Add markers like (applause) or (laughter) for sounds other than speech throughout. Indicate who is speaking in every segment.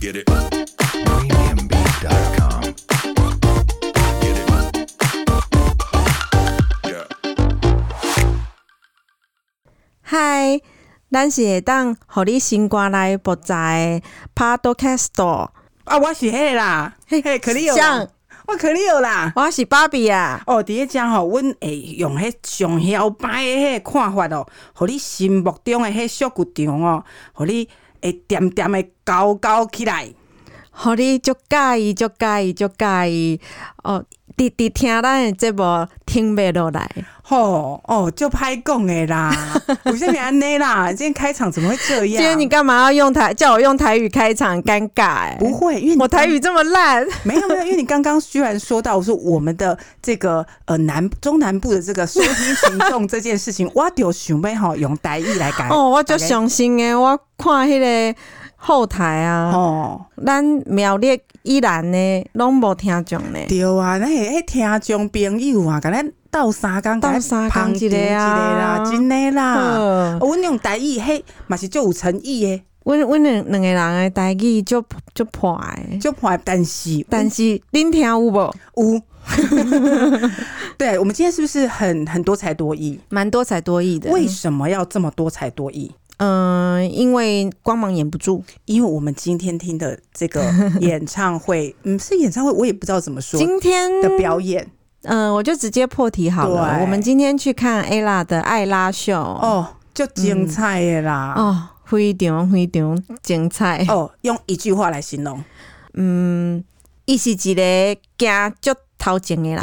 Speaker 1: Get it. Premiumbeat.com. Get it. Yeah.
Speaker 2: 嗨，咱是会当互你心肝内爆炸的 Podcast，
Speaker 3: 啊，我是迄个啦，
Speaker 2: 嘿
Speaker 3: 嘿，可哦丽友
Speaker 2: 像
Speaker 3: 啦，我可丽友啦。
Speaker 2: 我是芭比啊。
Speaker 3: 哦，伫咧遮吼，阮会用迄上摇摆的迄个看法哦，互你心目中的迄小剧场哦，互你会点点的高高起来。
Speaker 2: 互你足介意，足介意，足介意哦！直直听咱的节目，听袂落来。
Speaker 3: 吼、哦，就歹讲
Speaker 2: (laughs)
Speaker 3: 的啦，为什么安尼啦？今天开场怎么会这
Speaker 2: 今天你
Speaker 3: 样？
Speaker 2: 干嘛要用台叫我用台语开场？尴尬哎、
Speaker 3: 不会，因为你
Speaker 2: 我台语这么烂，
Speaker 3: 没有没有，因为你刚刚居然说到说我们的这个呃南中南部的这个收听群众这件事情， (laughs) 我就想要吼用台语来改
Speaker 2: 哦，我足
Speaker 3: 哎大家
Speaker 2: 伤心诶！我看迄个后台啊，
Speaker 3: 哦，
Speaker 2: 咱苗栗依然呢拢无听众呢。
Speaker 3: 对啊，咱迄迄听众朋友啊，甲咱斗相共，
Speaker 2: 斗相共一个啊
Speaker 3: 捧场一个啦，真的啦。
Speaker 2: 呃
Speaker 3: 哦，阮用台语迄嘛是足有诚意的，
Speaker 2: 阮阮两两个人诶台语足足破诶，
Speaker 3: 足破，但是
Speaker 2: 但是恁听有无？
Speaker 3: 有。
Speaker 2: (laughs)
Speaker 3: 对，我们今天是不是很很多才多艺？
Speaker 2: 蛮多才多艺的。
Speaker 3: 为什么要这么多才多艺？
Speaker 2: 嗯、因为光芒掩不住，
Speaker 3: 因为我们今天听的这
Speaker 2: (laughs)
Speaker 3: 个演唱会，嗯，是演唱会，我也不知道怎么说
Speaker 2: 今天
Speaker 3: 的表演
Speaker 2: 嗯、我就直接破题好了。
Speaker 3: 对
Speaker 2: 我们今天去看 ella 的艾拉秀哦
Speaker 3: 哦，就精彩的啦。
Speaker 2: 哦，非常非常精彩。
Speaker 3: 哦，用一句话来形容，
Speaker 2: 嗯，伊是一个行足头前的人，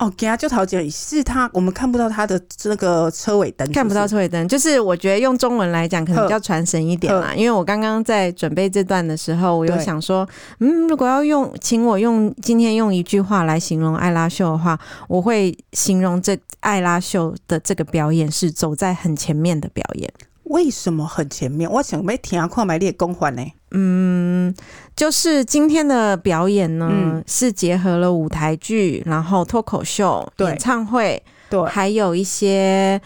Speaker 3: 哦，给他就陶姐是他，我们看不到他的这个车尾灯，
Speaker 2: 看不到
Speaker 3: 是
Speaker 2: 车尾灯。就是我觉得用中文来讲，可能比较传神一点啦。因为我刚刚在准备这段的时候，我有
Speaker 3: 对
Speaker 2: 想说，嗯，如果要用，请我用今天用一句话来形容艾拉秀的话，我会形容这艾拉秀的这个表演是走在很前面的表演。
Speaker 3: 不是为什么很前面？我想要听啊看买列公环呢？
Speaker 2: 嗯，就是今天的表演呢，
Speaker 3: 嗯
Speaker 2: 是结合了舞台剧，然后脱口秀、
Speaker 3: 对
Speaker 2: 演唱会，
Speaker 3: 对
Speaker 2: 还有一些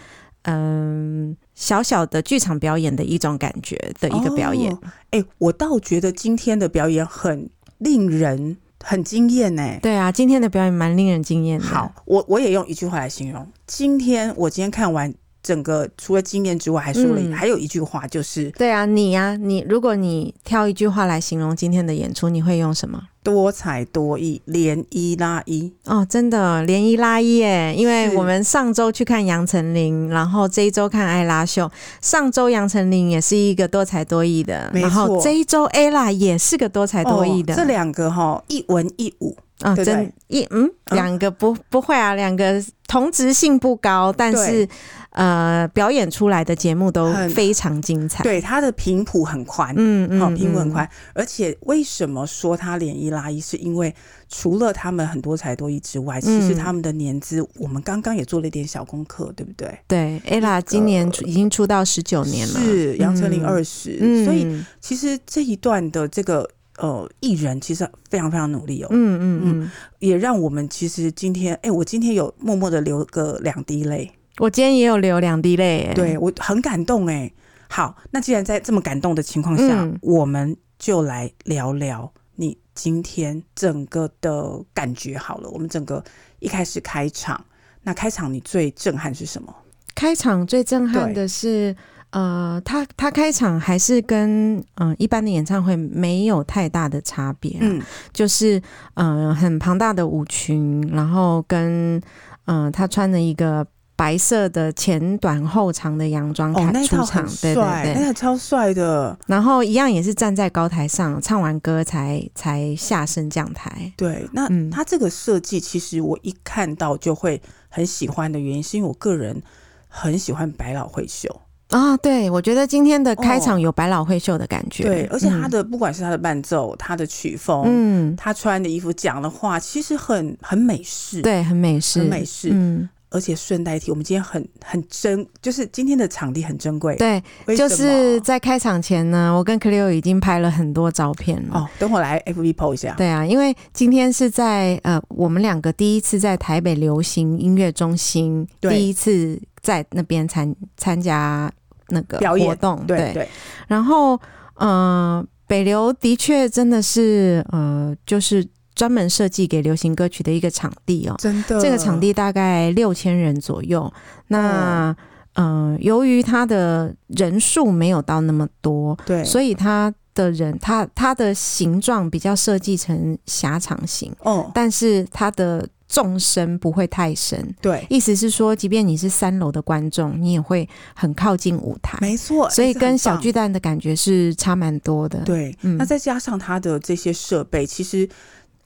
Speaker 2: 嗯小小的剧场表演的一种感觉的一个表演。
Speaker 3: 哦哎、我倒觉得今天的表演很令人很惊艳呢、
Speaker 2: 对啊，今天的表演蛮令人惊艳的。
Speaker 3: 好，，我我也用一句话来形容。今天我今天看完整个，除了经验之外，还说了、
Speaker 2: 嗯
Speaker 3: 还有一句话，就是
Speaker 2: 对啊，你呀、你如果你挑一句话来形容今天的演出，你会用什么？
Speaker 3: 多才多艺，连一拉一。
Speaker 2: 哦，真的连一拉一耶！因为
Speaker 3: 是
Speaker 2: 我们上周去看杨丞琳，然后这一周看艾拉秀。上周杨丞琳也是一个多才多艺的，
Speaker 3: 没
Speaker 2: 然后
Speaker 3: 错
Speaker 2: 这一周 Ella 也是个多才多艺的。
Speaker 3: 哦、这两个哈、一文一武，
Speaker 2: 啊、
Speaker 3: 对不
Speaker 2: 真一嗯，
Speaker 3: 嗯
Speaker 2: 两个不不会啊，两个同质性不高，但是呃，表演出来的节目都
Speaker 3: 很
Speaker 2: 非常精彩。，
Speaker 3: 对他的频谱很宽，
Speaker 2: 嗯嗯，
Speaker 3: 好、频谱很
Speaker 2: 嗯。
Speaker 3: 宽。而且为什么说他连一拉一，是因为除了他们很多才多艺之外，其实
Speaker 2: 嗯
Speaker 3: 他们的年资，我们刚刚也做了一点小功课，对不对？
Speaker 2: 对，Ella 今年出已经出道十九年了，
Speaker 3: 是杨丞琳
Speaker 2: 嗯
Speaker 3: 二十、
Speaker 2: 嗯，
Speaker 3: 所以其实这一段的这个呃艺人其实非常非常努力哦，
Speaker 2: 嗯嗯嗯，
Speaker 3: 也让我们其实今天，哎、我今天有默默的流个两滴泪，
Speaker 2: 我今天也有流两滴泪耶，
Speaker 3: 对我很感动哎、好，那既然在这么感动的情况下，
Speaker 2: 嗯
Speaker 3: 我们就来聊聊你今天整个的感觉好了。我们整个一开始开场，那开场你最震撼是什么？
Speaker 2: 开场最震撼的是，呃，他他开场还是跟嗯、呃一般的演唱会没有太大的差别啊、
Speaker 3: 嗯，
Speaker 2: 就是嗯、呃很庞大的舞裙，然后跟嗯、呃他穿了一个白色的前短后长的洋装
Speaker 3: 哦，
Speaker 2: 卡
Speaker 3: 那一
Speaker 2: 出
Speaker 3: 套
Speaker 2: 场，
Speaker 3: 很
Speaker 2: 对
Speaker 3: 帅，
Speaker 2: 对
Speaker 3: 那
Speaker 2: 对，
Speaker 3: 套超帅的。
Speaker 2: 然后一样也是站在高台上唱完歌才才下升降台，
Speaker 3: 对，那
Speaker 2: 嗯
Speaker 3: 它这个设计，其实我一看到就会很喜欢的原因，是因为我个人很喜欢百老汇秀。
Speaker 2: 啊、对，我觉得今天的开场
Speaker 3: 哦
Speaker 2: 有百老汇秀的感觉，
Speaker 3: 对，而且它
Speaker 2: 嗯
Speaker 3: 的、不管是它的伴奏、它的曲风、
Speaker 2: 嗯，
Speaker 3: 他穿的衣服、讲的话，其实很很美式，，
Speaker 2: 对，很美式，
Speaker 3: 很美式。
Speaker 2: 嗯。
Speaker 3: 而且顺带一提，我们今天很很珍，就是今天的场地很珍贵。
Speaker 2: 对，
Speaker 3: 为
Speaker 2: 就
Speaker 3: 什么，
Speaker 2: 是在开场前呢，我跟 Cleo 已经拍了很多照片了。
Speaker 3: 哦，等我来 FB PO 一下。
Speaker 2: 对啊，因为今天是在呃，我们两个第一次在台北流行音乐中心
Speaker 3: 对
Speaker 2: 第一次在那边参参加那个
Speaker 3: 表演
Speaker 2: 活动，
Speaker 3: 对对，
Speaker 2: 然后，呃，北流的确真的是，呃，就是专门设计给流行歌曲的一个场地哦。
Speaker 3: 真的
Speaker 2: 这个场地大概六千人左右。
Speaker 3: 哦
Speaker 2: 那，呃，由于它的人数没有到那么多，
Speaker 3: 对，
Speaker 2: 所以它的人，它它的形状比较设计成狭长型，
Speaker 3: 哦，
Speaker 2: 但是它的纵深不会太深。
Speaker 3: 对，
Speaker 2: 意思是说，即便你是三楼的观众，你也会很靠近舞台。
Speaker 3: 没错，
Speaker 2: 所以
Speaker 3: 哎这很
Speaker 2: 跟小
Speaker 3: 棒
Speaker 2: 巨蛋的感觉是差蛮多的。
Speaker 3: 对，
Speaker 2: 嗯
Speaker 3: 那再加上它的这些设备，其实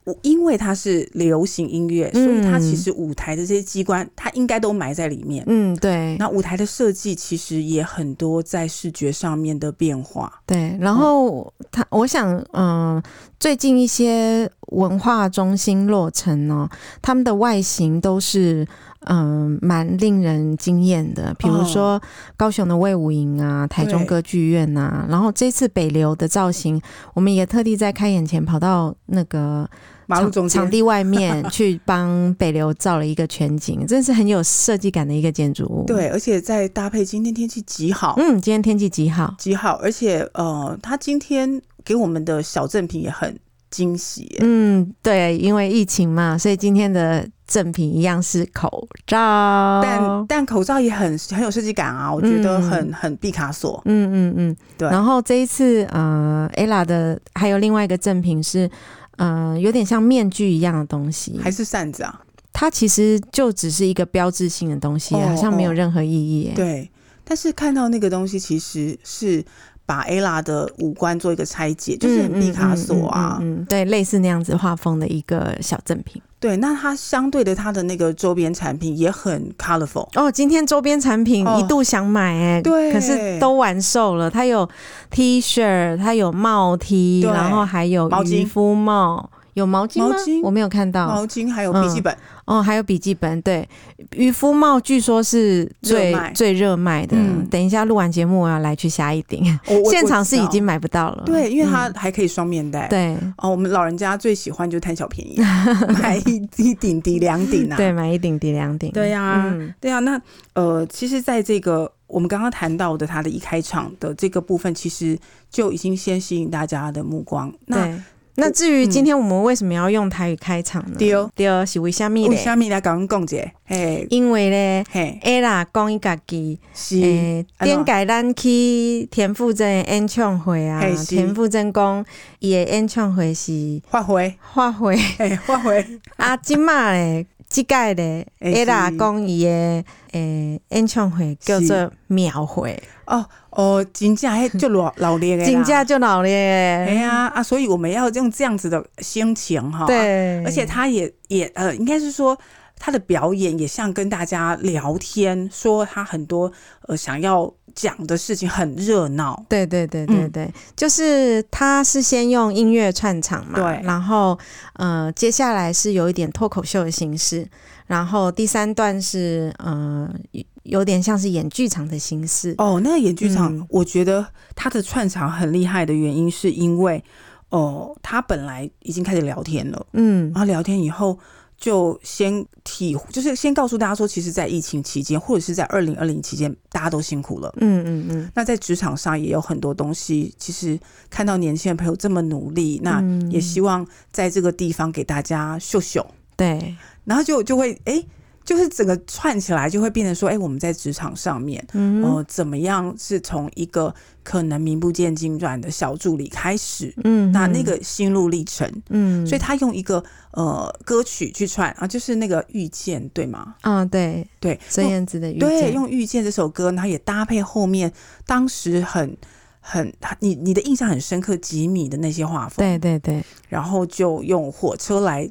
Speaker 3: 我因为它是流行音乐，所以它
Speaker 2: 嗯
Speaker 3: 其实舞台的这些机关，它应该都埋在里面。
Speaker 2: 嗯，对，
Speaker 3: 那舞台的设计其实也很多在视觉上面的变化，
Speaker 2: 对。然后他，我想，嗯、最近一些文化中心落成哦，他们的外形都是嗯、蛮令人惊艳的，比如说高雄的魏武营啊，台中
Speaker 3: 哦对
Speaker 2: 歌剧院啊，然后这次北流的造型，我们也特地在开演前跑到那个
Speaker 3: 马路
Speaker 2: 场
Speaker 3: 中间
Speaker 2: 场地外
Speaker 3: (laughs)
Speaker 2: 面去帮北流造了一个全景，真是很有设计感的一个建筑物。
Speaker 3: 对，而且再搭配今天天气极好，
Speaker 2: 嗯，今天天气极好。
Speaker 3: 极好，而且呃，它今天给我们的小赠品也很惊喜耶。
Speaker 2: 嗯，对，因为疫情嘛，所以今天的赠品一样是口罩。嗯哦
Speaker 3: 但但口罩也很很有设计感啊，我觉得很、很毕卡索。
Speaker 2: 嗯嗯嗯，
Speaker 3: 对
Speaker 2: 然后这一次，呃，ella 的还有另外一个赠品是，呃，有点像面具一样的东西，
Speaker 3: 还是扇子啊，
Speaker 2: 它其实就只是一个标志性的东西，啊
Speaker 3: 哦
Speaker 2: 好像没有
Speaker 3: 哦
Speaker 2: 任何意义耶。
Speaker 3: 对。但是看到那个东西，其实是把 Ella 的五官做一个拆解，就是很毕卡索啊。
Speaker 2: 嗯嗯嗯嗯嗯嗯对，类似那样子画风的一个小赠品。
Speaker 3: 对，那它相对的，它的那个周边产品也很 colorful。
Speaker 2: 哦，今天周边产品
Speaker 3: 哦
Speaker 2: 一度想买哎、
Speaker 3: 对
Speaker 2: 可是都完售了。它有 T 恤，它有帽 T，
Speaker 3: 对
Speaker 2: 然后还有
Speaker 3: 毛巾
Speaker 2: 渔夫帽，有毛巾吗？
Speaker 3: 毛巾
Speaker 2: 我没有看到。
Speaker 3: 毛巾还有笔记本，
Speaker 2: 哦，还有笔记本，对，渔夫帽据说是最
Speaker 3: 热卖
Speaker 2: 最热卖的。
Speaker 3: 嗯
Speaker 2: 等一下录完节目，我要来去下一顶，
Speaker 3: 我我
Speaker 2: 现场
Speaker 3: 我
Speaker 2: 是
Speaker 3: 知道
Speaker 2: 已经买不到了。
Speaker 3: 对，因为
Speaker 2: 嗯
Speaker 3: 它还可以双面带。
Speaker 2: 对
Speaker 3: 哦，我们老人家最喜欢就是贪小便宜，
Speaker 2: (laughs)
Speaker 3: 啊买一一顶抵两顶啊。
Speaker 2: 对，买一顶抵两顶。
Speaker 3: 对呀、
Speaker 2: 嗯
Speaker 3: 对啊，那呃，其实，在这个我们刚刚谈到的它的一开场的这个部分，其实就已经先吸引大家的目光。那
Speaker 2: 对。那至于
Speaker 3: 嗯
Speaker 2: 今天我们为什么要用台语开场呢？
Speaker 3: 对哦
Speaker 2: 对哦，是为虾米
Speaker 3: 为
Speaker 2: 嘞？
Speaker 3: 虾米来讲共姐？嘿，
Speaker 2: 因为咧
Speaker 3: 嘿，
Speaker 2: ，ella 讲伊家己，
Speaker 3: 是，
Speaker 2: 诶，
Speaker 3: 安怎
Speaker 2: 顶解咱去田馥甄的演唱会啊
Speaker 3: 嘿，是
Speaker 2: 田馥甄讲伊的演唱会是
Speaker 3: 发挥，
Speaker 2: 花卉
Speaker 3: 嘿，发挥，
Speaker 2: 啊，即马咧，即届咧
Speaker 3: 嘿是
Speaker 2: ，ella 讲伊的诶演唱会叫做庙会，
Speaker 3: 哦哦，真正嘿就老老烈的啦，
Speaker 2: 真正就闹
Speaker 3: 哎
Speaker 2: 咧，
Speaker 3: 呀啊，所以我们要用这样子的心情哈，，
Speaker 2: 对，
Speaker 3: 而且他也也呃，应该是说他的表演也像跟大家聊天，说他很多呃想要讲的事情很热闹，
Speaker 2: 对对对对
Speaker 3: 嗯
Speaker 2: 对，就是他是先用音乐串场嘛，
Speaker 3: 对
Speaker 2: 然后呃，接下来是有一点脱口秀的形式，然后第三段是呃，有有点像是演剧场的形式，
Speaker 3: 哦，那个演剧场，
Speaker 2: 嗯
Speaker 3: 我觉得他的串场很厉害的原因，是因为哦，他本来已经开始聊天了，
Speaker 2: 嗯
Speaker 3: 然，后聊天以后就先体，就是先告诉大家说，其实，在疫情期间，或者是在二零二零期间，大家都辛苦了。
Speaker 2: 嗯嗯嗯，
Speaker 3: 那在职场上也有很多东西，其实看到年轻的朋友这么努力，那
Speaker 2: 嗯
Speaker 3: 也希望在这个地方给大家秀秀，
Speaker 2: 对，
Speaker 3: 然后就就会哎、诶就是整个串起来就会变成说，哎、我们在职场上面，
Speaker 2: 嗯哼
Speaker 3: 呃，怎么样是从一个可能名不见经传的小助理开始，
Speaker 2: 嗯，
Speaker 3: 那那个心路历程，
Speaker 2: 嗯，
Speaker 3: 所以他用一个呃歌曲去串啊，就是那个遇见，对吗？
Speaker 2: 啊对，
Speaker 3: 对，
Speaker 2: 孙燕姿的遇
Speaker 3: 对，
Speaker 2: 见，
Speaker 3: 用《遇见》这首歌，然后也搭配后面当时很很你你的印象很深刻吉米的那些画风，
Speaker 2: 对对对，
Speaker 3: 然后就用火车来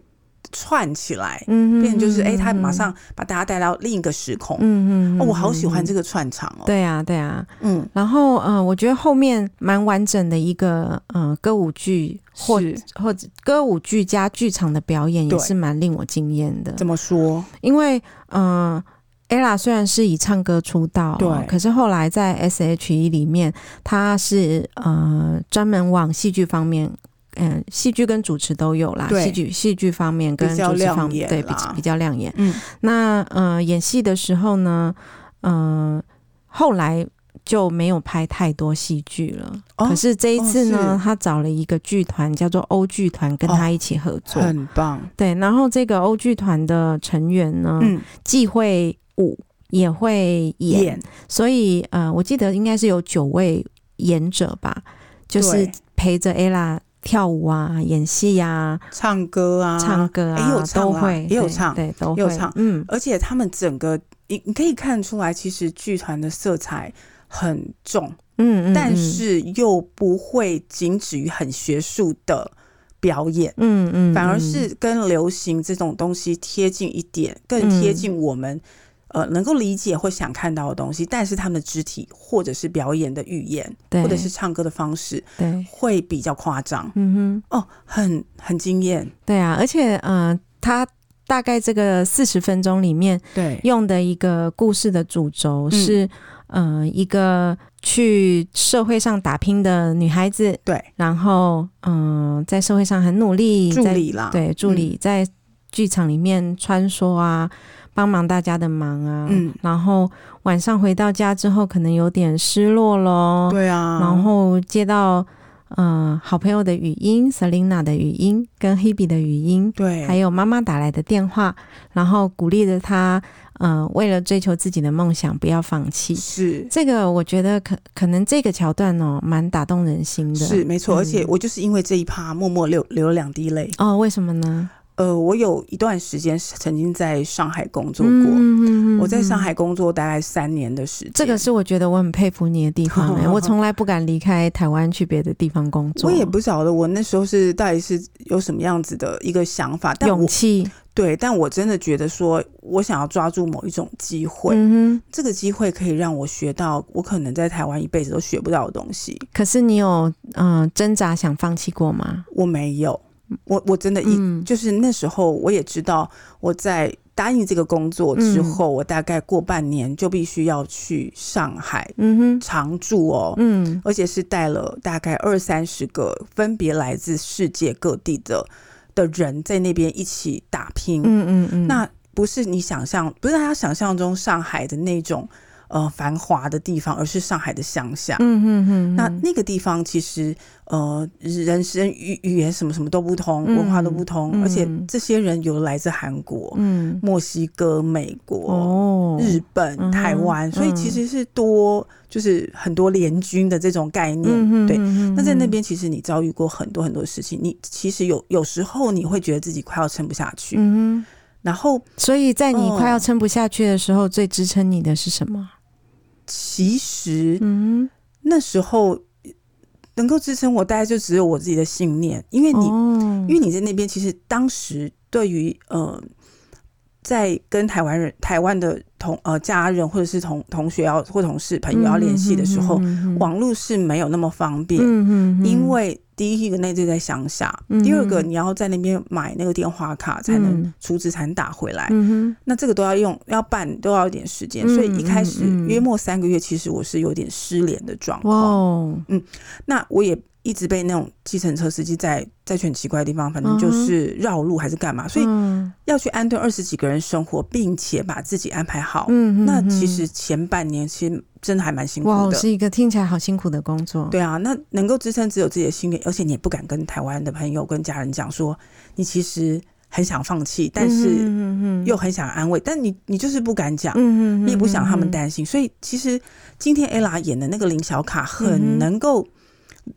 Speaker 3: 串起来，
Speaker 2: 嗯哼，
Speaker 3: 变成就是哎、
Speaker 2: 嗯
Speaker 3: 他马，
Speaker 2: 嗯
Speaker 3: 上把大家带到另一个时空。
Speaker 2: 嗯嗯，
Speaker 3: 哦，我好喜欢
Speaker 2: 嗯
Speaker 3: 这个串场哦。，
Speaker 2: 对啊对啊，
Speaker 3: 嗯，
Speaker 2: 然后，呃，我觉得后面蛮完整的一个，呃，歌舞剧或
Speaker 3: 是
Speaker 2: 或者歌舞剧加剧场的表演也
Speaker 3: 对
Speaker 2: 是蛮令我惊艳的，
Speaker 3: 怎么说？
Speaker 2: 因为，呃。ella 虽然是以唱歌出道哦，
Speaker 3: 对
Speaker 2: 可是后来在 S.H.E 里面，她是呃专门往戏剧方面，嗯、戏剧跟主持都有啦，
Speaker 3: 对
Speaker 2: 戏剧戏剧方面跟
Speaker 3: 比较
Speaker 2: 主持
Speaker 3: 亮
Speaker 2: 方面
Speaker 3: 眼
Speaker 2: 对比
Speaker 3: 啦
Speaker 2: 比较亮眼。
Speaker 3: 嗯，
Speaker 2: 那呃，演戏的时候呢，嗯、后来就没有拍太多戏剧了。
Speaker 3: 哦
Speaker 2: 可是这一次呢，
Speaker 3: 哦
Speaker 2: 他找了一个剧团叫做欧剧团，跟他一起合作。
Speaker 3: 很棒，
Speaker 2: 对，然后这个欧剧团的成员呢，
Speaker 3: 嗯，
Speaker 2: 既会舞也会演，
Speaker 3: 演
Speaker 2: 所以呃，我记得应该是有九位演者吧，就是
Speaker 3: 对
Speaker 2: 陪着 ella 跳舞啊、演戏呀、
Speaker 3: 唱歌啊，
Speaker 2: 唱歌
Speaker 3: 诶也有
Speaker 2: 啊，
Speaker 3: 唱
Speaker 2: 都
Speaker 3: 啦
Speaker 2: 会，
Speaker 3: 也有
Speaker 2: 对
Speaker 3: 唱
Speaker 2: 对，都
Speaker 3: 也有
Speaker 2: 会
Speaker 3: 唱，
Speaker 2: 嗯，
Speaker 3: 而且他们整个，你你可以看出来，其实剧团的色彩很重，
Speaker 2: 嗯嗯，
Speaker 3: 但
Speaker 2: 嗯，
Speaker 3: 是又不会仅止于很学术的表演，
Speaker 2: 嗯嗯，
Speaker 3: 反而
Speaker 2: 嗯
Speaker 3: 是跟流行这种东西贴近一点，更
Speaker 2: 嗯
Speaker 3: 贴近我们。呃，能够理解或想看到的东西，但是他们的肢体或者是表演的语言，
Speaker 2: 对
Speaker 3: 或者是唱歌的方式，
Speaker 2: 对，
Speaker 3: 会比较夸张
Speaker 2: 嗯
Speaker 3: 哦，很很惊艳
Speaker 2: 哼，，对啊，而且嗯、呃，他大概这个四十分钟里面
Speaker 3: 对，
Speaker 2: 用的一个故事的主轴
Speaker 3: 嗯
Speaker 2: 是，嗯、呃，一个去社会上打拼的女孩子，
Speaker 3: 对，
Speaker 2: 然后嗯、呃在社会上很努力，
Speaker 3: 助
Speaker 2: 在
Speaker 3: 理啦，
Speaker 2: 对助
Speaker 3: 嗯
Speaker 2: 理在剧场里面穿梭啊，帮忙大家的忙啊，
Speaker 3: 嗯
Speaker 2: 然后晚上回到家之后可能有点失落喽，
Speaker 3: 对啊，
Speaker 2: 然后接到呃好朋友的语音，Selina 的语音跟 Hebe 的语音，
Speaker 3: 对，
Speaker 2: 还有妈妈打来的电话，然后鼓励着她，呃，为了追求自己的梦想，不要放弃。
Speaker 3: 是
Speaker 2: 这个我觉得可可能这个桥段哦，蛮打动人心的。
Speaker 3: 是没错，而且
Speaker 2: 嗯
Speaker 3: 我就是因为这一趴默默流流了两滴泪。
Speaker 2: 哦，为什么呢？
Speaker 3: 呃，我有一段时间是曾经在上海工作过，
Speaker 2: 嗯
Speaker 3: 我在上。
Speaker 2: 嗯嗯嗯
Speaker 3: 海工作大概三年的时间。
Speaker 2: 这个是我觉得我很佩服你的地
Speaker 3: (laughs)
Speaker 2: 方、哎，我从来不敢离开台湾去别的地方工作，
Speaker 3: 我也不晓得我那时候是到底是有什么样子的一个想法，但
Speaker 2: 勇
Speaker 3: 我
Speaker 2: 气，
Speaker 3: 对，但我真的觉得说，我想要抓住某一种机会，
Speaker 2: 嗯哼。
Speaker 3: 这个机会可以让我学到我可能在台湾一辈子都学不到的东西。
Speaker 2: 可是你有嗯、呃挣扎想放弃过吗？
Speaker 3: 我没有，我我真的一
Speaker 2: 嗯，
Speaker 3: 就是那时候我也知道我在答应这个工作
Speaker 2: 嗯
Speaker 3: 之后，我大概过半年就必须要去上海
Speaker 2: 嗯哼，
Speaker 3: 常住哦，
Speaker 2: 嗯
Speaker 3: 而且是带了大概二三十个分别来自世界各地的的人在那边一起打拼。
Speaker 2: 嗯嗯嗯，
Speaker 3: 那不是你想象，不是大家想象中上海的那种呃繁华的地方，而是上海的乡下。
Speaker 2: 嗯嗯嗯，
Speaker 3: 那
Speaker 2: 嗯
Speaker 3: 那个地方其实，呃，人生语语言什么什么都不同，
Speaker 2: 嗯
Speaker 3: 文化都不同，
Speaker 2: 嗯
Speaker 3: 而且这些人有的来自韩国、
Speaker 2: 嗯
Speaker 3: 墨西哥、美国、
Speaker 2: 哦，
Speaker 3: 日本、
Speaker 2: 嗯哼
Speaker 3: 台湾，所以
Speaker 2: 嗯
Speaker 3: 其实是多就是很多联军的这种概念。
Speaker 2: 嗯
Speaker 3: 对，
Speaker 2: 嗯
Speaker 3: 那在那边其实你遭遇过很多很多事情，你其实有有时候你会觉得自己快要撑不下去，
Speaker 2: 嗯哼，
Speaker 3: 然后
Speaker 2: 所以在你
Speaker 3: 哦
Speaker 2: 快要撑不下去的时候，最支撑你的是什么？
Speaker 3: 其实
Speaker 2: 嗯，
Speaker 3: 那时候。能够支撑我，大概就只有我自己的信念，因为你
Speaker 2: 哦，
Speaker 3: 因为你在那边，其实当时对于呃，在跟台湾人、台湾的同呃家人或者是同同学要或同事朋友要联系的时候，
Speaker 2: 嗯，
Speaker 3: 网络是没有那么方便，
Speaker 2: 嗯嗯，
Speaker 3: 因为第一个那就在乡下，
Speaker 2: 嗯
Speaker 3: 第二个你要在那边买那个电话卡才能
Speaker 2: 嗯
Speaker 3: 储值才能打回来。
Speaker 2: 嗯
Speaker 3: 那这个都要用，要办都要一点时间，
Speaker 2: 嗯
Speaker 3: 所以一开始
Speaker 2: 嗯嗯
Speaker 3: 约莫三个月，其实我是有点失联的状
Speaker 2: 哼，哇
Speaker 3: 况。
Speaker 2: 哦，
Speaker 3: 那我也一直被那种计程车司机在在去很奇怪的地方，反正就是绕路还是干嘛，所以
Speaker 2: 嗯
Speaker 3: 要去安顿二十几个人生活，并且把自己安排好。
Speaker 2: 嗯，
Speaker 3: 哦那
Speaker 2: 嗯
Speaker 3: 其实前半年其实真的还蛮辛
Speaker 2: 哇
Speaker 3: 苦
Speaker 2: 哦，
Speaker 3: 的。
Speaker 2: 是一个听起来好辛苦的工作，，
Speaker 3: 对啊，那能够支撑只有自己的信念，而且你也不敢跟台湾的朋友、跟家人讲说你其实很想放弃，但是
Speaker 2: 嗯嗯
Speaker 3: 又很想安慰，但你你就是不敢讲，
Speaker 2: 嗯嗯，
Speaker 3: 你也不想他们担心，所以其实今天 ella 演的那个林小卡
Speaker 2: 嗯
Speaker 3: 很能够、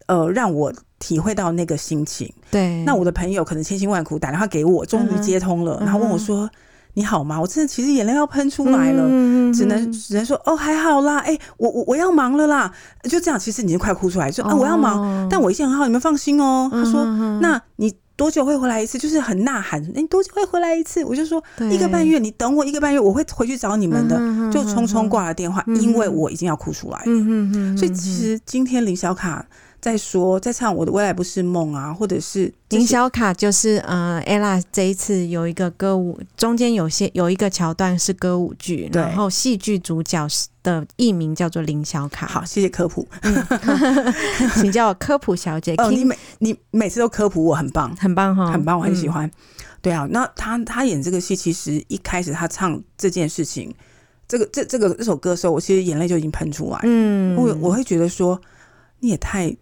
Speaker 3: 呃让我体会到那个心情。
Speaker 2: 对，
Speaker 3: 那我的朋友可能千辛万苦打电话给我，终于接通
Speaker 2: 嗯
Speaker 3: 了，
Speaker 2: 嗯哼嗯
Speaker 3: 然后问我说：“你好吗？”我真的其实眼泪要喷出来了。
Speaker 2: 了
Speaker 3: 只能只能说哦，还好啦，哎、我我我要忙了啦，就这样。其实你就快哭出来，说啊，我要忙，
Speaker 2: 忙
Speaker 3: 但我一切很好，你们放心哦。他说，
Speaker 2: 那
Speaker 3: 那你多久会回来一次？就是很呐喊，哎你多久会回来一次？我就说一个半月，你等我一个半月，我会回去找你
Speaker 2: 你
Speaker 3: 们的。
Speaker 2: 的
Speaker 3: 就匆匆，挂了电话，
Speaker 2: 嗯嗯哼
Speaker 3: 因为我已经要哭出来了。
Speaker 2: 嗯嗯嗯，
Speaker 3: 所以其实今天林小卡在说，在唱《我的未来不是梦》啊，或者是这些
Speaker 2: 林小卡就是呃，ella 这一次有一个歌舞，中间有些有一个桥段是歌舞剧，
Speaker 3: 对
Speaker 2: 然后戏剧主角是的艺名叫做林小卡。嗯
Speaker 3: 好，，谢谢科普。
Speaker 2: (laughs) 请叫我科普小姐。
Speaker 3: 哦，你
Speaker 2: King-
Speaker 3: 每你每次都科普我，很棒，
Speaker 2: 很棒哈，
Speaker 3: 很棒，我很喜
Speaker 2: 哦嗯。
Speaker 3: 欢。对啊，那他他演这个戏，其实一开始他唱这件事情，这个这这个这首歌的时候，我其实眼泪就已经喷出来。
Speaker 2: 嗯，
Speaker 3: 我我会觉得说，你也太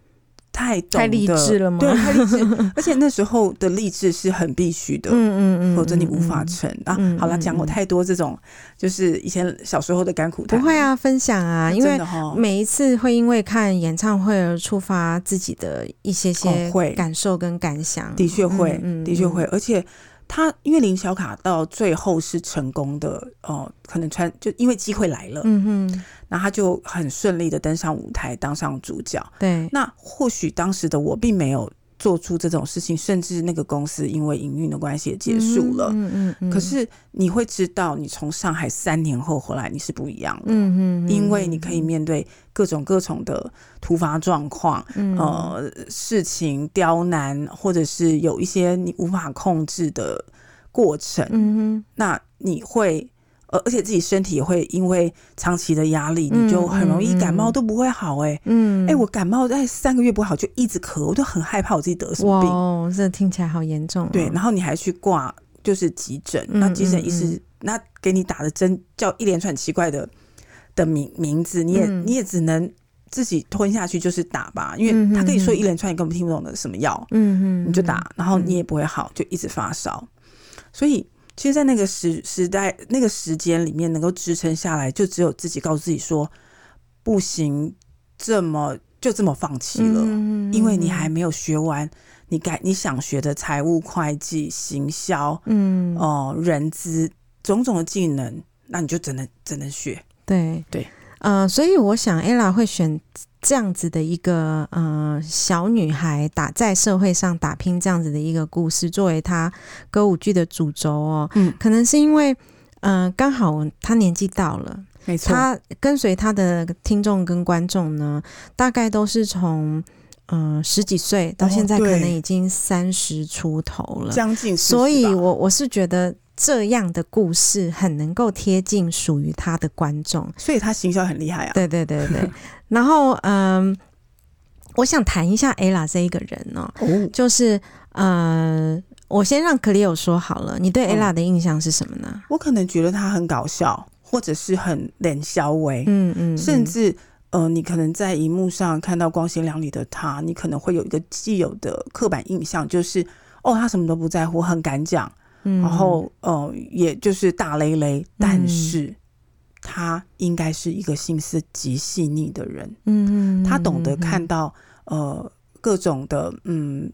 Speaker 3: 太懂
Speaker 2: 太励
Speaker 3: 得
Speaker 2: 志了吗
Speaker 3: 对，太励志，而且那时候的励志是很必须的。
Speaker 2: 嗯嗯嗯，
Speaker 3: 否则你
Speaker 2: 嗯
Speaker 3: 无法
Speaker 2: 嗯
Speaker 3: 成、
Speaker 2: 嗯
Speaker 3: 啊！好了，
Speaker 2: 嗯
Speaker 3: 讲我
Speaker 2: 嗯
Speaker 3: 太多这种，就是以前小时候的甘苦
Speaker 2: 不
Speaker 3: 谈。
Speaker 2: 会啊，分享啊，
Speaker 3: 真的哦，
Speaker 2: 因为
Speaker 3: 哈，
Speaker 2: 每一次会因为看演唱会而触发自己的一些些
Speaker 3: 哦会
Speaker 2: 感受跟感想，
Speaker 3: 的确会，
Speaker 2: 嗯嗯
Speaker 3: 的确会，而且他因为林小卡到最后是成功的哦、可能穿就因为机会来了，
Speaker 2: 嗯哼，
Speaker 3: 那他就很顺利的登上舞台，当上主角。
Speaker 2: 对，
Speaker 3: 那或许当时的我并没有做出这种事情，甚至那个公司因为营运的关系也结束了。
Speaker 2: 嗯嗯嗯，
Speaker 3: 可是你会知道，你从上海三年后回来，你是不一样的。
Speaker 2: 嗯，嗯嗯，
Speaker 3: 因为你可以面对各种各种的突发状况，
Speaker 2: 嗯，
Speaker 3: 呃，事情刁难，或者是有一些你无法控制的过程，
Speaker 2: 嗯
Speaker 3: 那你会，呃，而且自己身体也会因为长期的压力，
Speaker 2: 嗯
Speaker 3: 你就很容易
Speaker 2: 嗯
Speaker 3: 感冒
Speaker 2: 嗯
Speaker 3: 都不会好、欸，
Speaker 2: 哼，嗯，
Speaker 3: 哎、我感冒在三个月不好，就一直咳，我就很害怕我自己得什
Speaker 2: 哇
Speaker 3: 么病。
Speaker 2: 哦，这听起来好严重哦，
Speaker 3: 对，然后你还去挂就是急诊，
Speaker 2: 嗯
Speaker 3: 那急诊医
Speaker 2: 嗯
Speaker 3: 师那给你打的针叫一连串奇怪的的名名字，你也、
Speaker 2: 嗯
Speaker 3: 你也只能自己吞下去，就是打吧，因
Speaker 2: 嗯
Speaker 3: 为他可以说
Speaker 2: 嗯嗯
Speaker 3: 一连串你根本听不懂的什么药，
Speaker 2: 嗯嗯，
Speaker 3: 你就打，然后你也不会好，就一直发烧。所以其实，在那个时时代那个时间里面，能够支撑下来，就只有自己告诉自己说，不行，这么就这么放弃了。
Speaker 2: 嗯
Speaker 3: 因为你还没有学完你该你想学的财务会计、行销、
Speaker 2: 嗯，
Speaker 3: 哦、人资种种的技能，那你就只能只能学。
Speaker 2: 对
Speaker 3: 对，
Speaker 2: 呃，所以我想 ella 会选这样子的一个呃小女孩打在社会上打拼这样子的一个故事，作为她歌舞剧的主轴哦，
Speaker 3: 嗯，
Speaker 2: 可能是因为。嗯，刚好她年纪到了，
Speaker 3: 没
Speaker 2: 她跟随她的听众跟观众呢，大概都是从嗯、呃十几岁到
Speaker 3: 哦
Speaker 2: 现在，可
Speaker 3: 对
Speaker 2: 能已经三十出头了，
Speaker 3: 将近40吧，
Speaker 2: 所以我我是觉得这样的故事很能够贴近属于他的观
Speaker 3: (laughs)
Speaker 2: 众。
Speaker 3: 所以他行销很厉害啊。
Speaker 2: 对对对对，然后嗯，我想谈一下 ella 这一个人哦，
Speaker 3: 哦，
Speaker 2: 就是呃，我先让 Cleo 说好了，你对
Speaker 3: 嗯
Speaker 2: ella 的印象是什么呢？
Speaker 3: 我可能觉得他很搞笑，或者是很冷笑微，
Speaker 2: 嗯嗯，嗯
Speaker 3: 甚至。呃，你可能在荧幕上看到光鲜亮丽的他，你可能会有一个既有的刻板印象，就是哦，他什么都不在乎，很敢讲，
Speaker 2: 嗯
Speaker 3: 然后呃，也就是大雷雷，但
Speaker 2: 嗯
Speaker 3: 是他应该是一个心思极细腻的人，
Speaker 2: 嗯嗯，嗯
Speaker 3: 他懂得
Speaker 2: 嗯
Speaker 3: 看到呃各种的嗯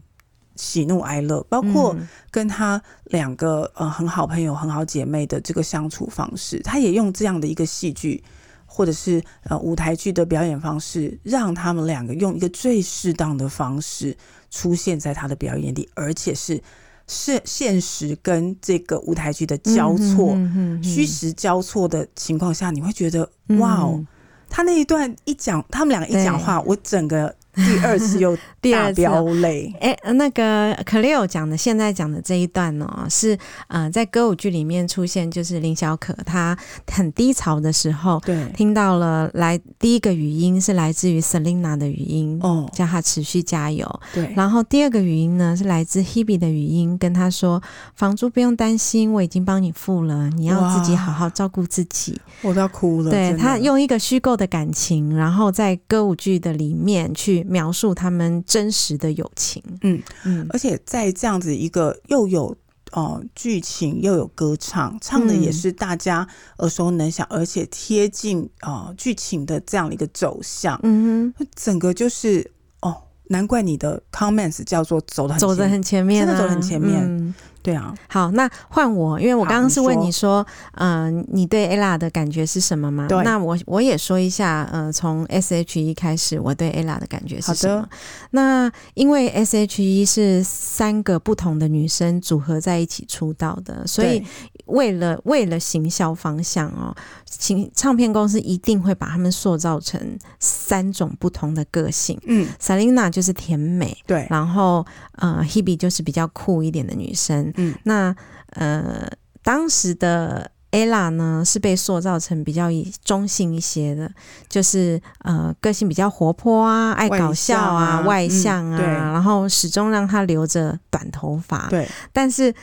Speaker 3: 喜怒哀乐，包括
Speaker 2: 嗯
Speaker 3: 跟他两个呃很好朋友、很好姐妹的这个相处方式，他也用这样的一个戏剧。或者是呃舞台剧的表演方式，让他们两个用一个最适当的方式出现在他的表演里，而且是是现实跟这个舞台剧的交错、
Speaker 2: 嗯嗯嗯嗯
Speaker 3: 虚实交错的情况下，你会觉得
Speaker 2: 嗯
Speaker 3: 哇哦，他那一段一讲，他们两个一讲话，我整个第二次又
Speaker 2: (laughs) 第
Speaker 3: 大
Speaker 2: 二次哦
Speaker 3: 飙泪。
Speaker 2: 哎、那个 Cleo 讲的现在讲的这一段哦，是呃，在歌舞剧里面出现，就是林小可她很低潮的时候， (laughs)
Speaker 3: 对，
Speaker 2: 听到了来第一个语音是来自于 Selina 的语音，
Speaker 3: 哦，
Speaker 2: 叫她持续加油。
Speaker 3: 对，
Speaker 2: 然后第二个语音呢是来自 Hebe 的语音，跟她说房租不用担心，我已经帮你付了，你要自己
Speaker 3: 哇
Speaker 2: 好好照顾自己。
Speaker 3: 我都要哭了。
Speaker 2: 对
Speaker 3: 真的
Speaker 2: 他用一个虚构的感情，然后在歌舞剧的里面去描述他们真实的友情。
Speaker 3: 嗯
Speaker 2: 嗯
Speaker 3: 而且在这样子一个又有哦剧、情又有歌唱，唱的也
Speaker 2: 嗯
Speaker 3: 是大家耳熟能详，而且贴近哦剧、情的这样的一个走向，
Speaker 2: 嗯
Speaker 3: 整个就是哦，难怪你的 comments 叫做走的
Speaker 2: 哼，
Speaker 3: 很
Speaker 2: 走得
Speaker 3: 前
Speaker 2: 很前面、啊，
Speaker 3: 真的走得很前面
Speaker 2: 嗯
Speaker 3: 对啊，
Speaker 2: 好，那换我，因为我
Speaker 3: 好
Speaker 2: 刚刚是问
Speaker 3: 你
Speaker 2: 你说，嗯、你对 ella 的感觉是什么吗？
Speaker 3: 对
Speaker 2: 那我我也说一下，呃，从 SHE 开始，我对 ella 的感觉是
Speaker 3: 好的
Speaker 2: 什么？那因为 SHE 是三个不同的女生组合在一起出道的，所以
Speaker 3: 对
Speaker 2: 为了为了行销方向哦，请唱片公司一定会把他们塑造成三种不同的个性。
Speaker 3: 嗯
Speaker 2: Selina 就是甜美，
Speaker 3: 对，
Speaker 2: 然后呃，Hebe 就是比较酷一点的女生。
Speaker 3: 嗯，
Speaker 2: 那呃，当时的 ella 呢是被塑造成比较以中性一些的，就是呃个性比较活泼啊，爱搞笑啊，
Speaker 3: 外
Speaker 2: 外
Speaker 3: 向
Speaker 2: 向
Speaker 3: 啊
Speaker 2: 啊，
Speaker 3: 嗯对
Speaker 2: 然后始终让她留着短头发。
Speaker 3: 对
Speaker 2: 但是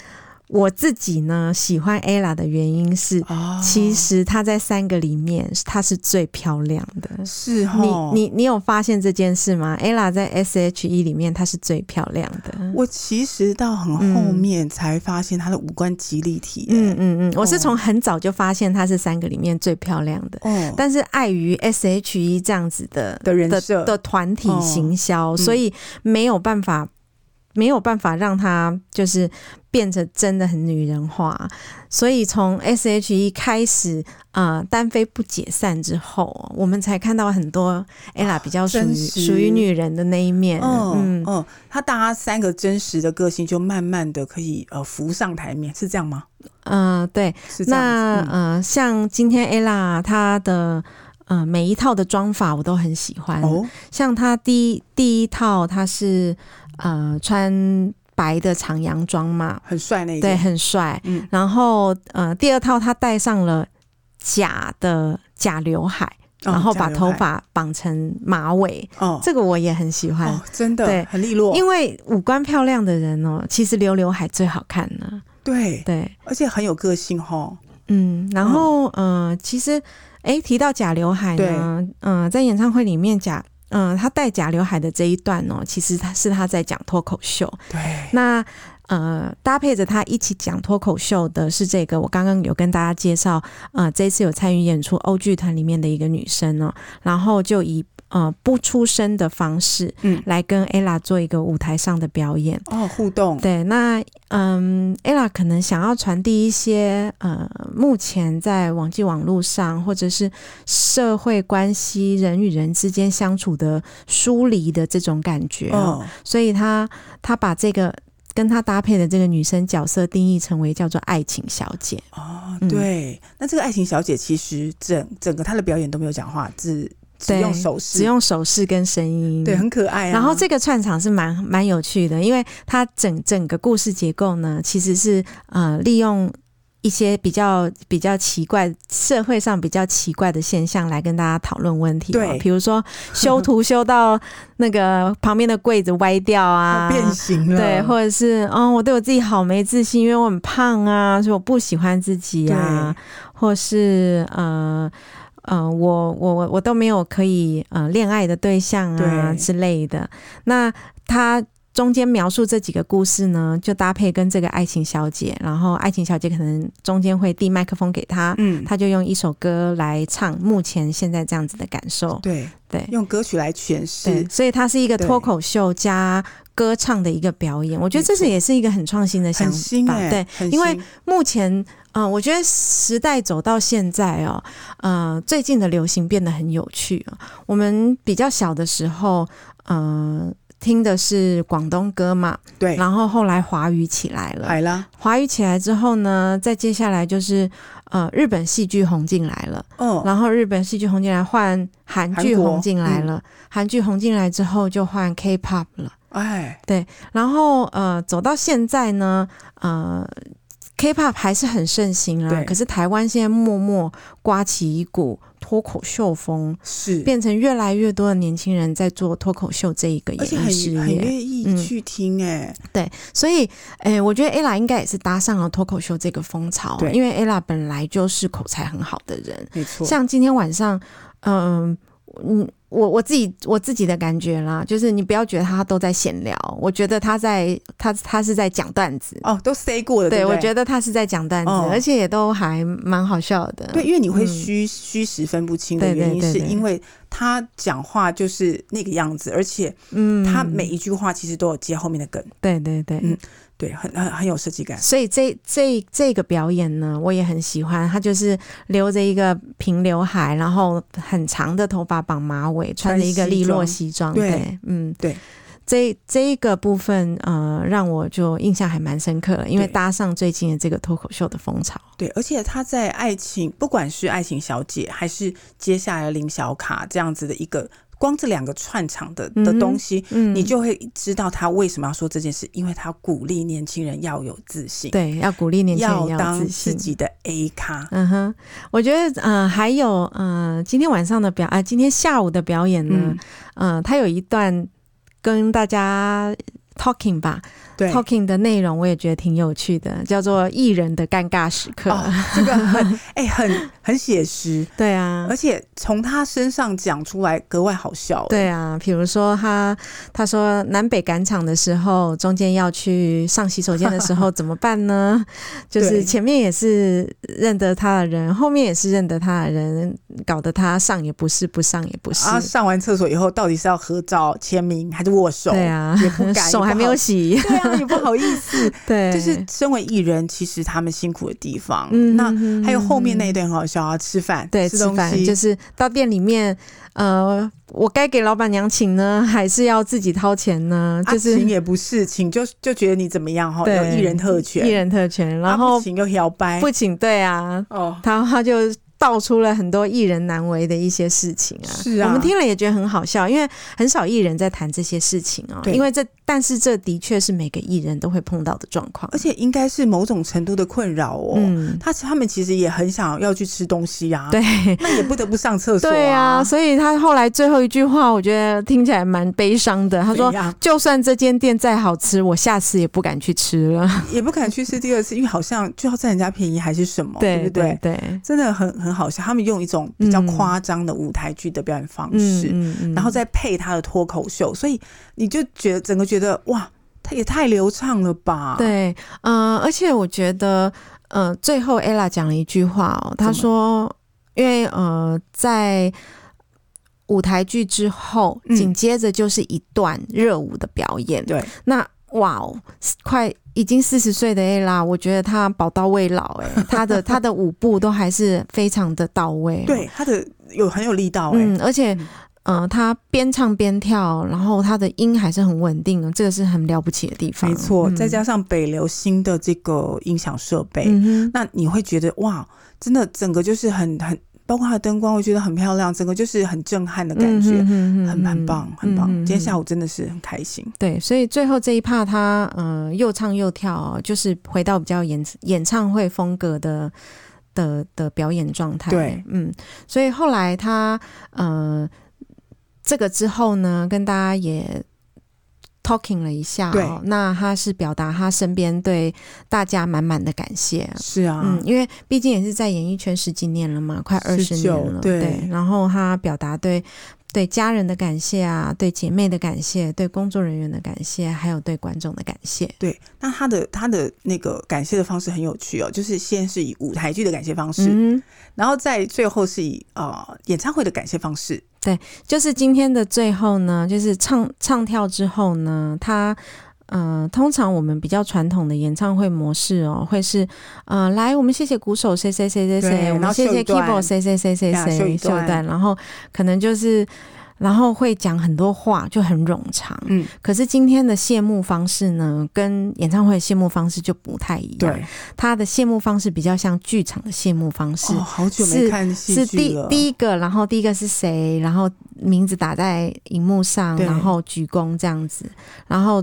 Speaker 2: 我自己呢喜欢 ella 的原因是，
Speaker 3: 哦
Speaker 2: 啊其实她在三个里面她是最漂亮的。
Speaker 3: 是哦，
Speaker 2: 你你你有发现这件事吗？ella 在 S H E 里面她是最漂亮的。
Speaker 3: 我其实到很后面才发现她的五官极立体、
Speaker 2: 嗯嗯嗯，我是
Speaker 3: 哦
Speaker 2: 从很早就发现她是三个里面最漂亮的，
Speaker 3: 嗯，哦，
Speaker 2: 但是碍于 S H E 这样子的
Speaker 3: 的人
Speaker 2: 的
Speaker 3: 设
Speaker 2: 的团体行销，
Speaker 3: 嗯
Speaker 2: 所以没有办法，没有办法让她就是变得真的很女人化。所以从 S H E 开始，呃，单飞不解散之后，我们才看到很多 ella 比较属于
Speaker 3: 啊真实
Speaker 2: 属于女人的那一面。
Speaker 3: 嗯
Speaker 2: 嗯，
Speaker 3: 嗯，她大家三个真实的个性就慢慢的可以呃浮上台面，是这样吗？
Speaker 2: 呃，对，
Speaker 3: 是这样
Speaker 2: 那
Speaker 3: 子。嗯
Speaker 2: 呃，像今天 ella 她的呃每一套的妆法我都很喜欢，
Speaker 3: 哦，
Speaker 2: 像她第一第一套她是呃穿白的长洋装嘛，
Speaker 3: 很帅那一
Speaker 2: 对，
Speaker 3: 件，
Speaker 2: 很帅。
Speaker 3: 嗯，
Speaker 2: 然后呃第二套她戴上了假的假刘海，
Speaker 3: 哦
Speaker 2: 然后把
Speaker 3: 假刘
Speaker 2: 头
Speaker 3: 海
Speaker 2: 发绑成马尾，
Speaker 3: 哦，
Speaker 2: 这个我也很喜欢。
Speaker 3: 哦，真的，
Speaker 2: 对
Speaker 3: 很利落，
Speaker 2: 因为五官漂亮的人哦，其实留刘海最好看呢。
Speaker 3: 对，
Speaker 2: 对，
Speaker 3: 而且很有个性哈。
Speaker 2: 嗯，然后呃，其实诶，提到假刘海
Speaker 3: 对
Speaker 2: 呢，嗯、在演唱会里面假，嗯、他戴假刘海的这一段哦，其实他是他在讲脱口秀。
Speaker 3: 对，
Speaker 2: 那呃，搭配着他一起讲脱口秀的是这个，我刚刚有跟大家介绍，呃，这次有参与演出欧剧团里面的一个女生哦，然后就以呃不出声的方式
Speaker 3: 嗯，
Speaker 2: 来跟 ella 做一个舞台上的表演。
Speaker 3: 哦，互动，
Speaker 2: 对，那嗯，ella 可能想要传递一些呃，目前在网际网络上或者是社会关系人与人之间相处的疏离的这种感觉、哦，
Speaker 3: 哦，
Speaker 2: 所以她她把这个跟她搭配的这个女生角色定义成为叫做爱情小姐。
Speaker 3: 哦，
Speaker 2: 嗯
Speaker 3: 对，那这个爱情小姐其实整整个她的表演都没有讲话，只只
Speaker 2: 对
Speaker 3: 用手势，
Speaker 2: 只用手势跟声音，
Speaker 3: 对，很可爱啊。
Speaker 2: 然后这个串场是蛮蛮有趣的，因为它整整个故事结构呢，其实是呃利用一些比较比较奇怪社会上比较奇怪的现象来跟大家讨论问题、哦，
Speaker 3: 对
Speaker 2: 比如说修图修到那个旁边的柜子歪掉
Speaker 3: (laughs)
Speaker 2: 啊，
Speaker 3: 变形了，
Speaker 2: 对，或者是嗯，我对我自己好没自信，因为我很胖啊，所以我不喜欢自己啊，或是呃呃，我我我我都没有可以呃恋爱的对象啊
Speaker 3: 对
Speaker 2: 之类的。那他中间描述这几个故事呢，就搭配跟这个爱情小姐，然后爱情小姐可能中间会递麦克风给她，
Speaker 3: 嗯，
Speaker 2: 她就用一首歌来唱目前现在这样子的感受，
Speaker 3: 对，
Speaker 2: 对。
Speaker 3: 用歌曲来诠
Speaker 2: 对
Speaker 3: 释，，
Speaker 2: 所以它是一个
Speaker 3: 对
Speaker 2: 脱口秀加歌唱的一个表演，我觉得这是
Speaker 3: 没错
Speaker 2: 也是一个很创新的想
Speaker 3: 很新
Speaker 2: 法。
Speaker 3: 哎，
Speaker 2: 对，
Speaker 3: 很
Speaker 2: 因为
Speaker 3: 新
Speaker 2: 目前，嗯、我觉得时代走到现在哦，呃，最近的流行变得很有趣哦。我们比较小的时候，呃，听的是广东歌嘛，
Speaker 3: 对哎
Speaker 2: 然后后来华语起来了，
Speaker 3: 海啦，
Speaker 2: 华语起来之后呢，再接下来就是呃，日本戏剧红进来了。
Speaker 3: 哦，
Speaker 2: 然后日本戏剧红进来，换韩剧
Speaker 3: 韩国嗯
Speaker 2: 红进来了。韩剧红进来之后，就换 K-pop 了。
Speaker 3: 哎，
Speaker 2: 然后呃，走到现在呢，呃，K-pop 还是很盛行啦
Speaker 3: 对。
Speaker 2: 可是台湾现在默默刮起一股脱口秀风，
Speaker 3: 是，
Speaker 2: 变成越来越多的年轻人在做脱口秀这一个
Speaker 3: 而且
Speaker 2: 演艺
Speaker 3: 很
Speaker 2: 事
Speaker 3: 很
Speaker 2: 业。
Speaker 3: 愿
Speaker 2: 嗯
Speaker 3: 意去听，哎，
Speaker 2: 所以，诶、我觉得 ella 应该也是搭上了脱口秀这个风潮，
Speaker 3: 对
Speaker 2: 因为 ella 本来就是口才很好的人。
Speaker 3: 没错，
Speaker 2: 像今天晚上，嗯、嗯，我我自己我自己的感觉啦，就是你不要觉得他都在闲聊，我觉得他在他他是在讲段子，
Speaker 3: 哦，都 say 过了，
Speaker 2: 对
Speaker 3: 不
Speaker 2: 我觉得他是在讲段子，
Speaker 3: 哦
Speaker 2: 而且也都还蛮好笑的。
Speaker 3: 对，因为你会
Speaker 2: 嗯
Speaker 3: 虚虚实分不清
Speaker 2: 对
Speaker 3: 的
Speaker 2: 对
Speaker 3: 原因，
Speaker 2: 对
Speaker 3: 是
Speaker 2: 对
Speaker 3: 因为他讲话就是那个样子，而且
Speaker 2: 嗯
Speaker 3: 他每一句话其实都有接后面的梗，
Speaker 2: 对对对。
Speaker 3: 嗯对，很很很有设计感。
Speaker 2: 所以这这这个表演呢，我也很喜欢。他就是留着一个平刘海，然后很长的头发绑马尾，穿着一个利落西装。
Speaker 3: 对
Speaker 2: 嗯，
Speaker 3: 对。
Speaker 2: 这这一个部分，呃，让我就印象还蛮深刻的，因为
Speaker 3: 对
Speaker 2: 搭上最近的这个脱口秀的风潮。
Speaker 3: 对，而且他在爱情，不管是爱情小姐，还是接下来的林小卡这样子的一个，光这两个串场的的
Speaker 2: 嗯哼
Speaker 3: 东西，
Speaker 2: 嗯
Speaker 3: 你就会知道他为什么要说这件事，因为他鼓励年轻人要有自信，
Speaker 2: 对，要鼓励年轻人
Speaker 3: 要
Speaker 2: 要有
Speaker 3: 当
Speaker 2: 自
Speaker 3: 自
Speaker 2: 信。啊
Speaker 3: 己的 A 咖。
Speaker 2: 嗯哼，我觉得呃，还有呃，今天晚上的表啊、嗯今天下午的表演呢，呃
Speaker 3: 嗯，
Speaker 2: 嗯，他有一段跟大家 talking 吧
Speaker 3: 对，
Speaker 2: ，talking 的内容我也觉得挺有趣的，叫做艺人的尴尬时刻。
Speaker 3: 哦，这个很哎、很很
Speaker 2: (laughs)
Speaker 3: 写实，
Speaker 2: 对啊
Speaker 3: 而，且从他身上讲出来格外好笑。欸
Speaker 2: 对啊，比如说他他说南北赶场的时候，中间要去上洗手间的时
Speaker 3: (laughs)
Speaker 2: 候怎么办呢？就是
Speaker 3: 对
Speaker 2: 前面也是认得他的人，后面也是认得他的人，搞得他上也不是，不上也不是。
Speaker 3: 啊，上完厕所以后到底是要合照、签名还是握手？
Speaker 2: 对啊
Speaker 3: 也不，敢
Speaker 2: 手还没有洗。
Speaker 3: 对啊，也不好意思。
Speaker 2: (laughs) 对，
Speaker 3: 就是身为艺人，其实他们辛苦的地方。
Speaker 2: 嗯
Speaker 3: 那
Speaker 2: 嗯
Speaker 3: 还有后面那
Speaker 2: 嗯
Speaker 3: 一段很好笑啊，吃饭，
Speaker 2: 对
Speaker 3: 吃
Speaker 2: 吃
Speaker 3: 东
Speaker 2: 饭
Speaker 3: 西，
Speaker 2: 就是到店里面，呃，我该给老板娘请呢，还是要自己掏钱呢？
Speaker 3: 啊
Speaker 2: 就是
Speaker 3: 请也不是，请就就觉得你怎么样哈，
Speaker 2: 对
Speaker 3: 有艺人特
Speaker 2: 一
Speaker 3: 权，
Speaker 2: 人特权，
Speaker 3: 啊
Speaker 2: 然
Speaker 3: 不
Speaker 2: 后
Speaker 3: 请又摇摆
Speaker 2: 不请对啊，
Speaker 3: 哦，
Speaker 2: 他他就道出了很多艺人难为的一些事情啊。
Speaker 3: 是啊
Speaker 2: 我们听了也觉得很好笑，因为很少艺人在谈这些事情哦。
Speaker 3: 对
Speaker 2: 因为这，但是这的确是每个艺人都会碰到的状况
Speaker 3: 而。且应该是某种程度的困扰哦。
Speaker 2: 嗯，
Speaker 3: 他他们其实也很想要去吃东西啊，
Speaker 2: 对，
Speaker 3: 那也不得不上厕所
Speaker 2: 对
Speaker 3: 啊。
Speaker 2: 所以他后来最后一句话，我觉得听起来蛮悲伤的。他
Speaker 3: 怎
Speaker 2: 说
Speaker 3: 样：“ (laughs)
Speaker 2: 就算这间店再好吃，我下次也不敢去吃了。
Speaker 3: 也不敢去吃第二次，因为好像就要占人家便宜还是什么，
Speaker 2: (laughs) 对
Speaker 3: 不
Speaker 2: 对
Speaker 3: 哦对？
Speaker 2: 对，
Speaker 3: 真的很很好笑，他们用一种比较
Speaker 2: 嗯
Speaker 3: 夸张的舞台剧的表演方
Speaker 2: 嗯
Speaker 3: 式，
Speaker 2: 嗯嗯
Speaker 3: 然后再配他的脱口秀，所以你就觉得整个觉得哇，他也太流畅了吧？，
Speaker 2: 对，嗯、而且我觉得，呃，最后 ella 讲了一句话哦，她
Speaker 3: 么
Speaker 2: 说，因为呃，在舞台剧之后，
Speaker 3: 嗯
Speaker 2: 紧接着就是一段热舞的表演。
Speaker 3: 对，
Speaker 2: 那哇哦，快已经四十岁的 ella，我觉得她宝刀未老哎、她的她的舞步都还是非常的到位、哦。
Speaker 3: 对，他的有很有力道哎、
Speaker 2: 嗯，而且
Speaker 3: 嗯，
Speaker 2: 嗯，他边唱边跳，然后他的音还是很稳定的，这个是很了不起的地方。
Speaker 3: 没错，
Speaker 2: 嗯
Speaker 3: 再加上北流新的这个音响设备，
Speaker 2: 嗯哼，
Speaker 3: 那你会觉得哇，真的整个就是很很，包括它的灯光，我觉得很漂亮，整个就是很震撼的感觉，
Speaker 2: 嗯
Speaker 3: 很很棒，很棒。今天下
Speaker 2: 午
Speaker 3: 午真的是很开心。
Speaker 2: 对，所以最后这一趴他嗯、呃又唱又跳、哦，就是回到比较演演唱会风格的。的的表演状态，
Speaker 3: 对，
Speaker 2: 嗯，所以后来他呃，这个之后呢，跟大家也 talking 了一下、
Speaker 3: 对
Speaker 2: 哦，那他是表达他身边对大家满满的感谢，
Speaker 3: 是啊，
Speaker 2: 嗯，因为毕竟也是在演艺圈十几年了嘛，快二十
Speaker 3: 19
Speaker 2: 年了，
Speaker 3: 对
Speaker 2: 然后他表达对对家人的感谢啊，对姐妹的感谢，对工作人员的感谢，还有对观众的感谢。
Speaker 3: 对。那他的他的那个感谢的方式很有趣哦，就是先是以舞台剧的感谢方式，
Speaker 2: 嗯，
Speaker 3: 然后再最后是以呃演唱会的感谢方式。
Speaker 2: 就是今天的最后呢，就是唱唱跳之后呢，他。呃，通常我们比较传统的演唱会模式哦，会是呃，来，我们谢谢鼓手谁谁谁谁
Speaker 3: 对
Speaker 2: 谁，我
Speaker 3: 然
Speaker 2: 们
Speaker 3: 后
Speaker 2: 谢
Speaker 3: 秀
Speaker 2: 谢
Speaker 3: 一段
Speaker 2: keyboard 谁谁谁谁
Speaker 3: 呀
Speaker 2: 谁，
Speaker 3: 秀一
Speaker 2: 秀一
Speaker 3: 段
Speaker 2: 段，然后可能就是，然后会讲很多话，就很冗长。
Speaker 3: 嗯，
Speaker 2: 可是今天的谢幕方式呢，跟演唱会的谢幕方式就不太一样。，
Speaker 3: 对。
Speaker 2: 它的谢幕方式比较像剧场的谢幕方式，
Speaker 3: 哦，好久
Speaker 2: 是
Speaker 3: 没看戏
Speaker 2: 是
Speaker 3: 剧
Speaker 2: 第
Speaker 3: 了。
Speaker 2: 第一个，然后第一个是谁，然后名字打在荧幕上，
Speaker 3: 对
Speaker 2: 然后鞠躬这样子，然后。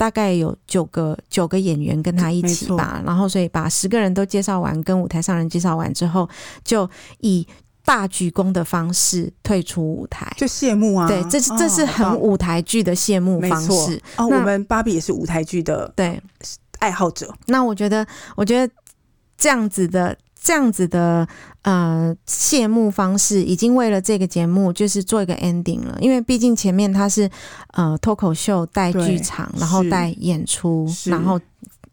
Speaker 2: 大概有九个九个演员跟他一起
Speaker 3: 没错
Speaker 2: 吧，然后所以把十个人都介绍完，跟舞台上人介绍完之后，就以大鞠躬的方式退出舞台。
Speaker 3: 就谢幕啊，
Speaker 2: 对，这是这是
Speaker 3: 哦好
Speaker 2: 很
Speaker 3: 棒
Speaker 2: 舞台剧的谢幕
Speaker 3: 没
Speaker 2: 方
Speaker 3: 错
Speaker 2: 式。
Speaker 3: 哦。
Speaker 2: 那
Speaker 3: 我们芭比也是舞台剧的
Speaker 2: 对，
Speaker 3: 爱好者，
Speaker 2: 那我觉得，我觉得这样子的。这样子的呃谢幕方式，已经为了这个节目就是做一个 ending 了，因为毕竟前面它是呃脱口秀带
Speaker 3: 对
Speaker 2: 剧场，然后
Speaker 3: 是
Speaker 2: 带演出，
Speaker 3: 是
Speaker 2: 然后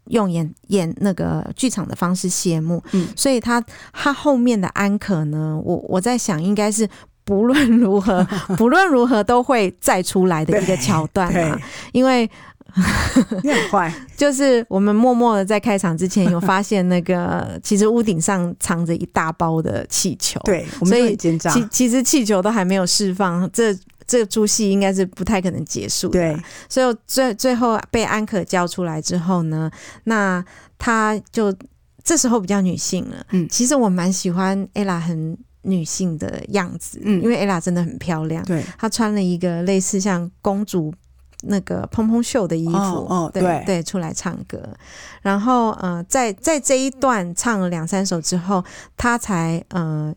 Speaker 2: 用演演那个剧场的方式谢幕，
Speaker 3: 嗯
Speaker 2: 所以它它后面的安可呢，我我在想应该是不论如何 (laughs) 不论如何都会再出来的一个桥段
Speaker 3: 对，
Speaker 2: 啊，因为
Speaker 3: 你
Speaker 2: (laughs)
Speaker 3: 很坏，
Speaker 2: 哦就是我们默默的在开场之前有发现那
Speaker 3: (laughs)
Speaker 2: 个，其实屋顶上藏着一大包的气球。，
Speaker 3: 对，啊我们
Speaker 2: 所
Speaker 3: 就
Speaker 2: 以
Speaker 3: 很奸诈，
Speaker 2: 其其实气球都还没有释放，这这出戏应该是不太可能结束的。
Speaker 3: 对，
Speaker 2: 所以最最后被安可叫出来之后呢，那她就这时候比较女性了。
Speaker 3: 嗯
Speaker 2: 其实我蛮喜欢 ella 很女性的样子，
Speaker 3: 嗯
Speaker 2: 因为 ella 真的很漂亮。
Speaker 3: 对，
Speaker 2: 她穿了一个类似像公主那个蓬蓬袖的衣服，
Speaker 3: 哦哦
Speaker 2: 对
Speaker 3: 对
Speaker 2: 出来唱歌。然后呃，在在这一段唱了两三首之后，她才呃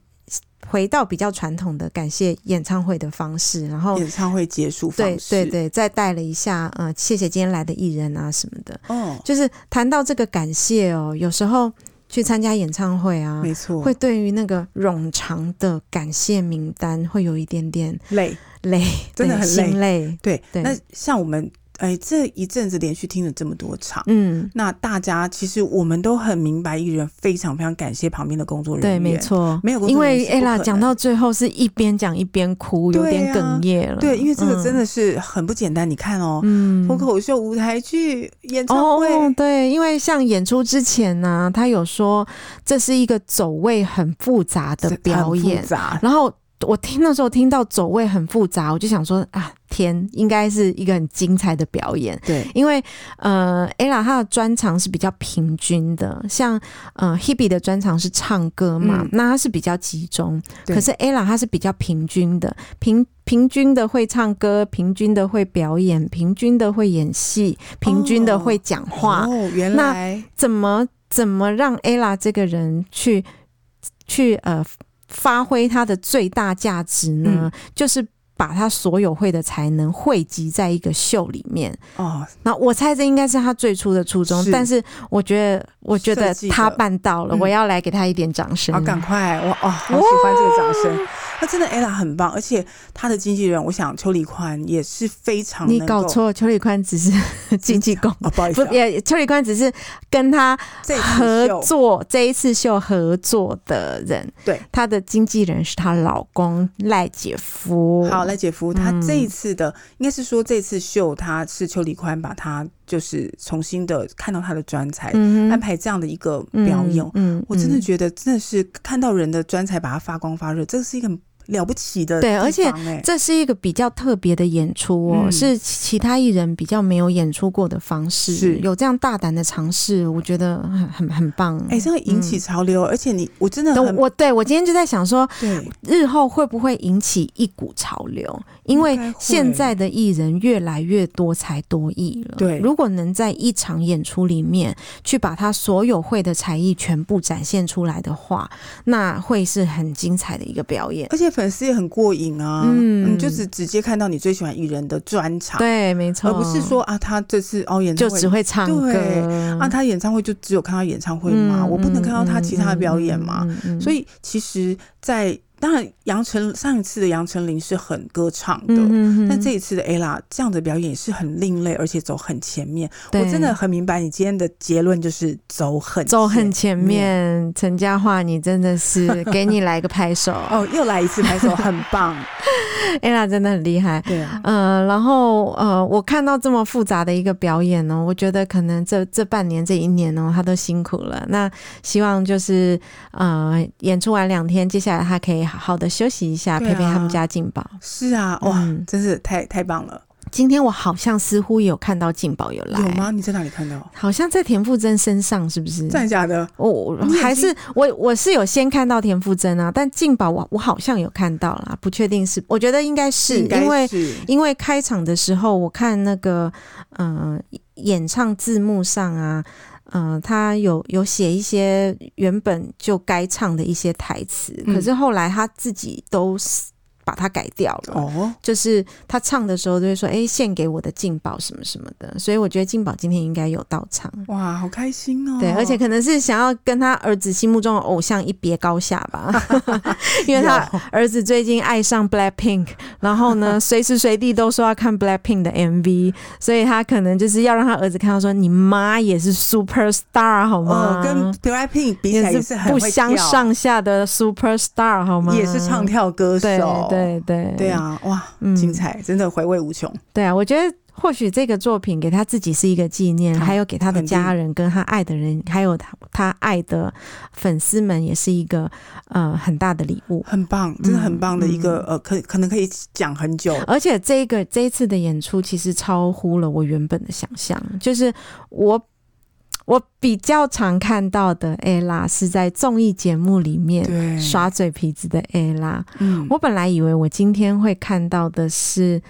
Speaker 2: 回到比较传统的感谢演唱会的方式，然后
Speaker 3: 演唱会结束方
Speaker 2: 对
Speaker 3: 式，
Speaker 2: 哦对对，再带了一下呃，谢谢今天来的艺人啊什么的。
Speaker 3: 哦，
Speaker 2: 就是谈到这个感谢哦，有时候去参加演唱会啊，
Speaker 3: 没错，
Speaker 2: 会对于那个冗长的感谢名单会有一点点
Speaker 3: 累，
Speaker 2: 累，
Speaker 3: (laughs) 真的
Speaker 2: 对
Speaker 3: 很累
Speaker 2: 心累。
Speaker 3: 对，
Speaker 2: 对
Speaker 3: 那像我们哎这一阵子连续听了这么多场。
Speaker 2: 嗯，
Speaker 3: 那大家其实我们都很明白，艺人非常非常感谢旁边的工作人
Speaker 2: 对，
Speaker 3: 员，
Speaker 2: 没。错，
Speaker 3: 没有工作
Speaker 2: 因
Speaker 3: 人
Speaker 2: 为
Speaker 3: 员是不
Speaker 2: ella
Speaker 3: 可
Speaker 2: 讲
Speaker 3: 能
Speaker 2: 到最后是一边讲一边哭，有
Speaker 3: 对
Speaker 2: 点
Speaker 3: 啊
Speaker 2: 哽咽了。
Speaker 3: 对，因为这个真
Speaker 2: 嗯
Speaker 3: 的是很不简单。你看哦，
Speaker 2: 嗯
Speaker 3: 脱口秀、舞台剧、演唱
Speaker 2: 哦
Speaker 3: 会，，
Speaker 2: 对，因为像演出之前呢、他有说这是一个走位很复杂的
Speaker 3: 这
Speaker 2: 表
Speaker 3: 很
Speaker 2: 演
Speaker 3: 复，杂，
Speaker 2: 然后我听那时候听到走位很复杂，我就想说啊，天，应该是一个很精彩的表演。
Speaker 3: 对，
Speaker 2: 因为呃，ella 她的专长是比较平均的，像呃 Hebe 的专长是唱歌嘛，
Speaker 3: 嗯
Speaker 2: 那她是比较集中。
Speaker 3: 对
Speaker 2: 可是 ella 她是比较平均的，平平均的会唱歌，平均的会表演，平均的会演戏，平均的会讲话。
Speaker 3: 哦，原
Speaker 2: 那
Speaker 3: 来
Speaker 2: 怎么怎么让 ella 这个人去去呃发挥她的最大价值呢？
Speaker 3: 嗯
Speaker 2: 就是把她所有会的才能汇集在一个秀里面。
Speaker 3: 哦，
Speaker 2: 那我猜这应该是他最初的初衷，
Speaker 3: 是
Speaker 2: 但是我觉得，我觉得
Speaker 3: 设计的
Speaker 2: 他办到了，
Speaker 3: 嗯
Speaker 2: 我要来给他一点掌声。
Speaker 3: 好，赶快！我哦，好喜欢这个掌声。
Speaker 2: 哦
Speaker 3: 那真的 ella 很棒，而且她的经纪人，我想邱礼宽也是非常
Speaker 2: 你
Speaker 3: 能够
Speaker 2: 搞错，邱礼宽只
Speaker 3: (laughs)
Speaker 2: 是经纪公，
Speaker 3: 哦，不好意思
Speaker 2: 不
Speaker 3: 啊、
Speaker 2: 也邱礼宽只是跟他
Speaker 3: 这次
Speaker 2: 合
Speaker 3: 秀
Speaker 2: 作这一次秀合作的人，
Speaker 3: 对，
Speaker 2: 他的经纪人是她老公赖姐夫。
Speaker 3: 好，赖姐夫，
Speaker 2: 嗯
Speaker 3: 他这一次的、应该是说这次秀，他是邱礼宽把他就是重新的看到他的专才，
Speaker 2: 嗯哼，
Speaker 3: 安排这样的一个表演。
Speaker 2: 嗯，嗯
Speaker 3: 我真的
Speaker 2: 嗯
Speaker 3: 觉得真的是看到人的专才，把它发光发热，这是一个很了不起的
Speaker 2: 对
Speaker 3: 地
Speaker 2: 而且
Speaker 3: 方哎
Speaker 2: 这是一个比较特别的演出哦，
Speaker 3: 嗯
Speaker 2: 是其他艺人比较没有演出过的方式，
Speaker 3: 是
Speaker 2: 有这样大胆的尝试，我觉得很很很棒。
Speaker 3: 哎、这样引起潮流，而且你我真的
Speaker 2: 嗯都
Speaker 3: 很
Speaker 2: 我对我今天就在想说，
Speaker 3: 对
Speaker 2: 日后会不会引起一股潮流？因为
Speaker 3: 应该会
Speaker 2: 现在的艺人越来越多才多艺了。
Speaker 3: 对
Speaker 2: 如果能在一场演出里面去把他所有会的才艺全部展现出来的话，那会是很精彩的一个表演。
Speaker 3: 而且粉丝也很过瘾啊，
Speaker 2: 嗯
Speaker 3: 嗯，就是直接看到你最喜欢艺人的专场，
Speaker 2: 对，没错，
Speaker 3: 而不是说啊，他这次哦演
Speaker 2: 就
Speaker 3: 唱会
Speaker 2: 只会唱歌
Speaker 3: 对啊，他演唱会就只有看到演唱会嘛，我不能看到他其他的表演嘛，
Speaker 2: 嗯嗯嗯
Speaker 3: 所以其实在，当然杨丞上一次的杨丞琳是很歌唱的。
Speaker 2: 嗯
Speaker 3: 但这一次的 ella 这样的表演也是很另类，而且走很前面。
Speaker 2: 对
Speaker 3: 我真的很明白你今天的结论就是走很
Speaker 2: 走很
Speaker 3: 前
Speaker 2: 前面，陈嘉桦，你真的
Speaker 3: (laughs)
Speaker 2: 是给你来个拍手
Speaker 3: 哦，又来一次拍手，很棒。
Speaker 2: (laughs) ，ella 真的很厉害。
Speaker 3: 对啊，
Speaker 2: 呃，然后呃，我看到这么复杂的一个表演呢、我觉得可能这这半年这一年呢、他都辛苦了。那希望就是呃，演出完两天，接下来他可以好好的休息一下，
Speaker 3: 对啊
Speaker 2: 陪陪他们家静宝。
Speaker 3: 是啊，哇，
Speaker 2: 嗯
Speaker 3: 真是太太棒了。
Speaker 2: 今天我好像似乎有看到静宝有来，
Speaker 3: 有？吗？你在哪里看到？
Speaker 2: 好像在田馥甄身上，是不是？
Speaker 3: 真的假的？
Speaker 2: 我我
Speaker 3: (laughs) 你眼睛
Speaker 2: 还是我我是有先看到田馥甄啊，但静宝我我好像有看到啦，不确定是，我觉得应该是
Speaker 3: 应该
Speaker 2: 因为
Speaker 3: 是
Speaker 2: 因为开场的时候我看那个呃演唱字幕上啊，呃他有有写一些原本就该唱的一些台词，
Speaker 3: 嗯
Speaker 2: 可是后来他自己都是把它改掉了。
Speaker 3: 哦，
Speaker 2: 就是他唱的时候就会说：“哎、献给我的静宝什么什么的。”所以我觉得静宝今天应该有到场。
Speaker 3: 哇，好开心哦。
Speaker 2: 对，而且可能是想要跟他儿子心目中的偶像一别高下
Speaker 3: (laughs)
Speaker 2: 吧，因为他
Speaker 3: 有
Speaker 2: 儿子最近爱上 Blackpink，然后呢，随时随地都说要看 Blackpink 的 MV，所以他可能就是要让他儿子看到说，你妈也是 super star 好吗？
Speaker 3: 哦，跟 Blackpink 比起来也是很
Speaker 2: 不
Speaker 3: 会
Speaker 2: 相
Speaker 3: 跳，
Speaker 2: 上下的 super star 好吗？
Speaker 3: 也是唱跳歌
Speaker 2: 对
Speaker 3: 手，
Speaker 2: 对对
Speaker 3: 对！啊，哇，
Speaker 2: 嗯
Speaker 3: 精彩，真的回味无穷。
Speaker 2: 对啊，我觉得。或许这个作品给他自己是一个纪念，
Speaker 3: 好
Speaker 2: 还有给他的
Speaker 3: 肯定
Speaker 2: 家人、跟他爱的人，还有他他爱的粉丝们，也是一个呃很大的礼物。
Speaker 3: 很棒，真的很棒的一个、
Speaker 2: 嗯
Speaker 3: 呃，可可能可以讲很久。
Speaker 2: 而且这个这一次的演出其实超乎了我原本的想象，就是我我比较常看到的 ella 是在综艺节目里面
Speaker 3: 对，
Speaker 2: 耍嘴皮子的 ella。
Speaker 3: 嗯，
Speaker 2: 我本来以为我今天会看到的是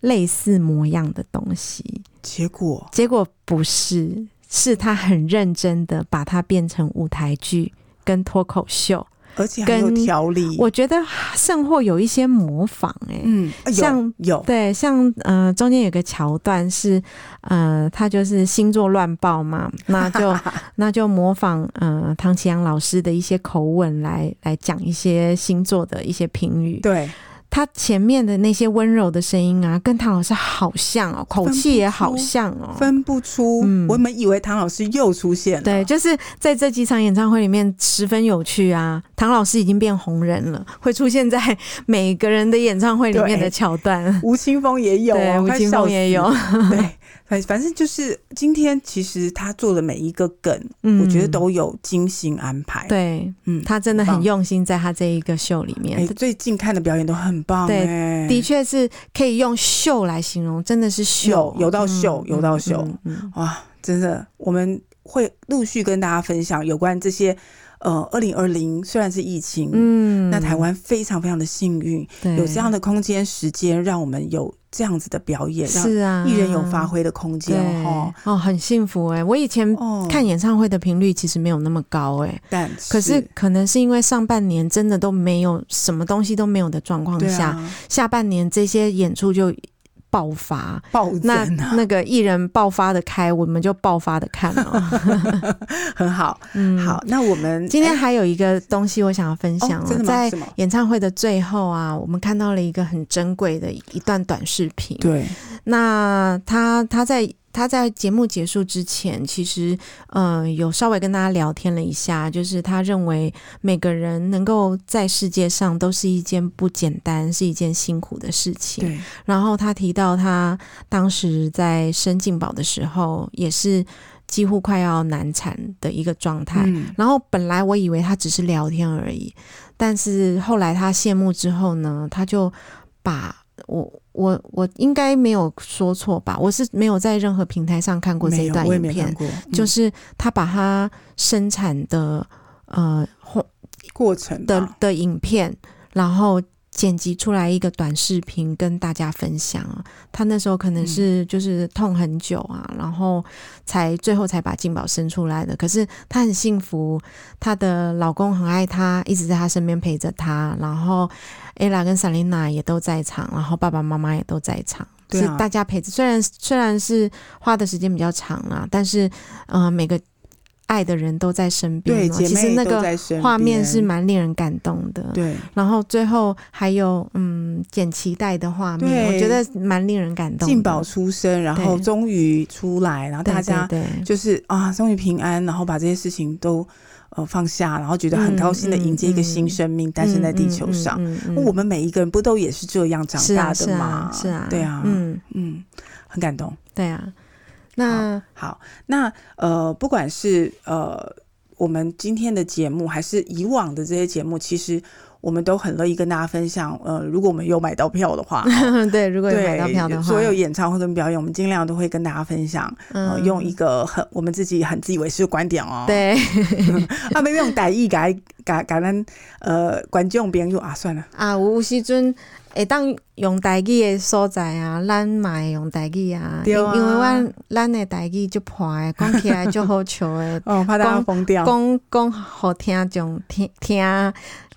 Speaker 2: 类似模样的东西，
Speaker 3: 结果
Speaker 2: 结果不是，是他很认真的把它变成舞台剧跟脱口秀。
Speaker 3: 而且很有
Speaker 2: 跟
Speaker 3: 条理。
Speaker 2: 我觉得甚或有一些模仿、欸，
Speaker 3: 嗯，啊有
Speaker 2: 像
Speaker 3: 有
Speaker 2: 对，像呃，中间有个桥段是，呃，他就是星座乱报
Speaker 3: (laughs)
Speaker 2: 嘛，那就那就模仿呃唐奇阳老师的一些口吻来来讲一些星座的一些评语。
Speaker 3: 对，
Speaker 2: 他前面的那些温柔的声音啊，跟唐老师好像哦，口
Speaker 3: 分
Speaker 2: 气
Speaker 3: 不
Speaker 2: 也好
Speaker 3: 出
Speaker 2: 像哦。
Speaker 3: 分不出。
Speaker 2: 嗯
Speaker 3: 我们以为唐老师又出现了，
Speaker 2: 对，就是在这几场演唱会里面十分有趣啊！唐老师已经变红人了，会出现在每个人的演唱会里面的
Speaker 3: 对
Speaker 2: 桥 (laughs) 段。
Speaker 3: 吴青峰也 (laughs) 有、
Speaker 2: 对，
Speaker 3: 哦，
Speaker 2: 吴
Speaker 3: 快
Speaker 2: 青
Speaker 3: 笑
Speaker 2: 峰也
Speaker 3: 死
Speaker 2: 有，
Speaker 3: 对，反反正就是今天，其实他做的每一个梗，
Speaker 2: 嗯
Speaker 3: 我觉得都有精心安排。，
Speaker 2: 对，
Speaker 3: 嗯，
Speaker 2: 他真的
Speaker 3: 很
Speaker 2: 很
Speaker 3: 棒
Speaker 2: 用心在他这一个秀里
Speaker 3: 哎、
Speaker 2: 面，
Speaker 3: 最近看的表演都很棒、
Speaker 2: 对
Speaker 3: 哎，
Speaker 2: 的确是可以用秀来形容，真的是秀
Speaker 3: 有，有到秀
Speaker 2: 嗯
Speaker 3: 有到秀
Speaker 2: 嗯嗯
Speaker 3: 哇，真的，我们会陆续跟大家分享有关这些。呃，二零二零虽然是疫情，
Speaker 2: 嗯
Speaker 3: 那台湾非常非常的幸运，有这样
Speaker 2: 的
Speaker 3: 的空间时间，让我们有这样子的表演，让
Speaker 2: 是啊，
Speaker 3: 艺人有发挥的空
Speaker 2: 对
Speaker 3: 间哈。
Speaker 2: 哦，很幸福哎、我以前
Speaker 3: 哦，
Speaker 2: 看演唱会的频率其实没有那么高哎、
Speaker 3: 但
Speaker 2: 可是
Speaker 3: 啊
Speaker 2: 可能是因为上半年真的都没有什么东西都没有的状况
Speaker 3: 对
Speaker 2: 下，
Speaker 3: 啊，
Speaker 2: 下半年这些演出就爆发，
Speaker 3: (laughs) 暴
Speaker 2: 那
Speaker 3: 增啊，
Speaker 2: 那个艺人爆发的开，我们就爆发的看
Speaker 3: (laughs)
Speaker 2: 了。
Speaker 3: 很好。
Speaker 2: 嗯，
Speaker 3: 好，那我们
Speaker 2: 今天
Speaker 3: 哎
Speaker 2: 还有一个东西我想要分享、
Speaker 3: 哦真的吗
Speaker 2: 在
Speaker 3: 是吗
Speaker 2: 演唱会的最后啊，我们看到了一个很珍贵的一段短视频。
Speaker 3: 对
Speaker 2: 那他他在他在节目结束之前，其实嗯、呃有稍微跟大家聊天了一下，就是他认为每个人能够在世界上都是一件不简单，是一件辛苦的事情。
Speaker 3: 对
Speaker 2: 然后他提到他当时在申进宝的时候，也是几乎快要难产的一个状态。
Speaker 3: 嗯
Speaker 2: 然后本来我以为他只是聊天而已，但是后来他谢幕之后呢，他就把我我我应该没有说错吧？我是没有在任何平台上看过这
Speaker 3: 没
Speaker 2: 一
Speaker 3: 有
Speaker 2: 段
Speaker 3: 我也
Speaker 2: 影
Speaker 3: 没看
Speaker 2: 片，
Speaker 3: 过，
Speaker 2: 就
Speaker 3: 嗯
Speaker 2: 是他把他生产的呃或
Speaker 3: 过程
Speaker 2: 的
Speaker 3: 吧
Speaker 2: 的影片，然后剪辑出来一个短视频跟大家分享啊。他那时候可能
Speaker 3: 嗯
Speaker 2: 是就是痛很久啊，然后才最后才把静宝生出来的。可是她很幸福，她的老公很爱她，一直在她身边陪着她。然后 ella 跟 Selina 也都在场，然后爸爸妈妈也都在场。
Speaker 3: 对
Speaker 2: 是
Speaker 3: 啊
Speaker 2: 大家陪着，虽然虽然是花的时间比较长啦，但是，呃，每个爱的人都在身边
Speaker 3: 对
Speaker 2: 哦、
Speaker 3: 姐
Speaker 2: 其实
Speaker 3: 妹
Speaker 2: 那
Speaker 3: 都
Speaker 2: 个
Speaker 3: 在身
Speaker 2: 画面
Speaker 3: 边
Speaker 2: 是蛮令人感动的。
Speaker 3: 对
Speaker 2: 然后最后还有嗯剪脐带的画面，
Speaker 3: 对
Speaker 2: 我觉得蛮令人感动的。
Speaker 3: 进宝出生，然后
Speaker 2: 对
Speaker 3: 终于出来，然后
Speaker 2: 对
Speaker 3: 大家
Speaker 2: 对对
Speaker 3: 就是啊，终于平安，然后把这些事情都呃放下，然后觉得很高兴的
Speaker 2: 嗯
Speaker 3: 迎接一个
Speaker 2: 嗯
Speaker 3: 新生命诞生在地球上。
Speaker 2: 嗯嗯嗯嗯嗯
Speaker 3: 我们每一个人不都也是这样长
Speaker 2: 是
Speaker 3: 大
Speaker 2: 啊
Speaker 3: 的
Speaker 2: 是
Speaker 3: 吗
Speaker 2: 啊？是啊，
Speaker 3: 对啊，嗯
Speaker 2: 嗯
Speaker 3: 嗯，很感动。
Speaker 2: 对啊。那，
Speaker 3: 好，那呃，不管是呃我们今天的节目，还是以往的这些节目，其实我们都很乐意跟大家分享。呃，如果我们有买到票的话
Speaker 2: (laughs) (laughs) 对，如果有买
Speaker 3: 对
Speaker 2: 到票的话，
Speaker 3: 所有演唱会跟表演，我们尽量都会跟大家分享。呃，
Speaker 2: 嗯
Speaker 3: 用一个很我们自己很自以为是的观点哦。，
Speaker 2: 对
Speaker 3: 啊，没有用歹意改改改咱呃观众朋友啊，算了，
Speaker 2: 啊，有有时阵会当用台语的所在啊，咱嘛会用台语啊，
Speaker 3: 对
Speaker 2: 因
Speaker 3: 啊
Speaker 2: 因为咱咱的台语就破的，讲起来就好笑的，
Speaker 3: 哦，怕大家
Speaker 2: 光
Speaker 3: 疯掉。
Speaker 2: 讲讲好听种听听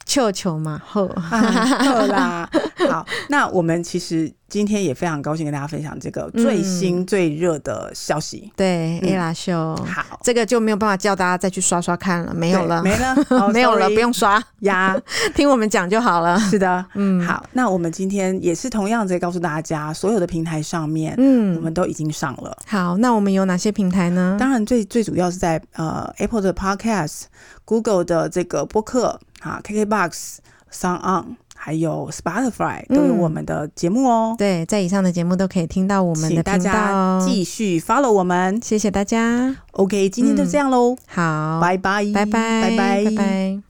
Speaker 2: 笑笑嘛好，
Speaker 3: 啊，好
Speaker 2: (laughs)
Speaker 3: 啦，好，那我们其实今天也非常高兴跟大家分享这个
Speaker 2: 嗯
Speaker 3: 最新最热的消息。
Speaker 2: 对，
Speaker 3: 嗯
Speaker 2: 伊拉秀
Speaker 3: 好，
Speaker 2: 这个就没有办法叫大家再去刷刷看了，哦没有
Speaker 3: 对
Speaker 2: 了，
Speaker 3: 没
Speaker 2: (laughs)
Speaker 3: 了，哦
Speaker 2: 没有了，
Speaker 3: sorry
Speaker 2: 不用刷， (laughs)
Speaker 3: 呀。
Speaker 2: 听我们讲就好了。
Speaker 3: 是的，
Speaker 2: (laughs) 嗯，，
Speaker 3: 好，那我们今天也是同样在告诉大家，所有的平台上面我
Speaker 2: 嗯，
Speaker 3: 们都已经上了。
Speaker 2: 好，那我们有哪些平台呢？
Speaker 3: 当然最最主要是在呃 Apple 的 Podcast、Google 的这个播客啊、KKBox、Sound On，还有 Spotify 都有
Speaker 2: 嗯
Speaker 3: 我们的节目哦。
Speaker 2: 对，在以上的节目都可以听到我们
Speaker 3: 请
Speaker 2: 的
Speaker 3: 大
Speaker 2: 频道
Speaker 3: 家
Speaker 2: 哦。
Speaker 3: 继续 follow 我们。
Speaker 2: 谢谢大家，
Speaker 3: OK，今天就这样喽，
Speaker 2: 好，
Speaker 3: 嗯拜拜，
Speaker 2: 拜拜，
Speaker 3: 拜拜，
Speaker 2: 拜拜。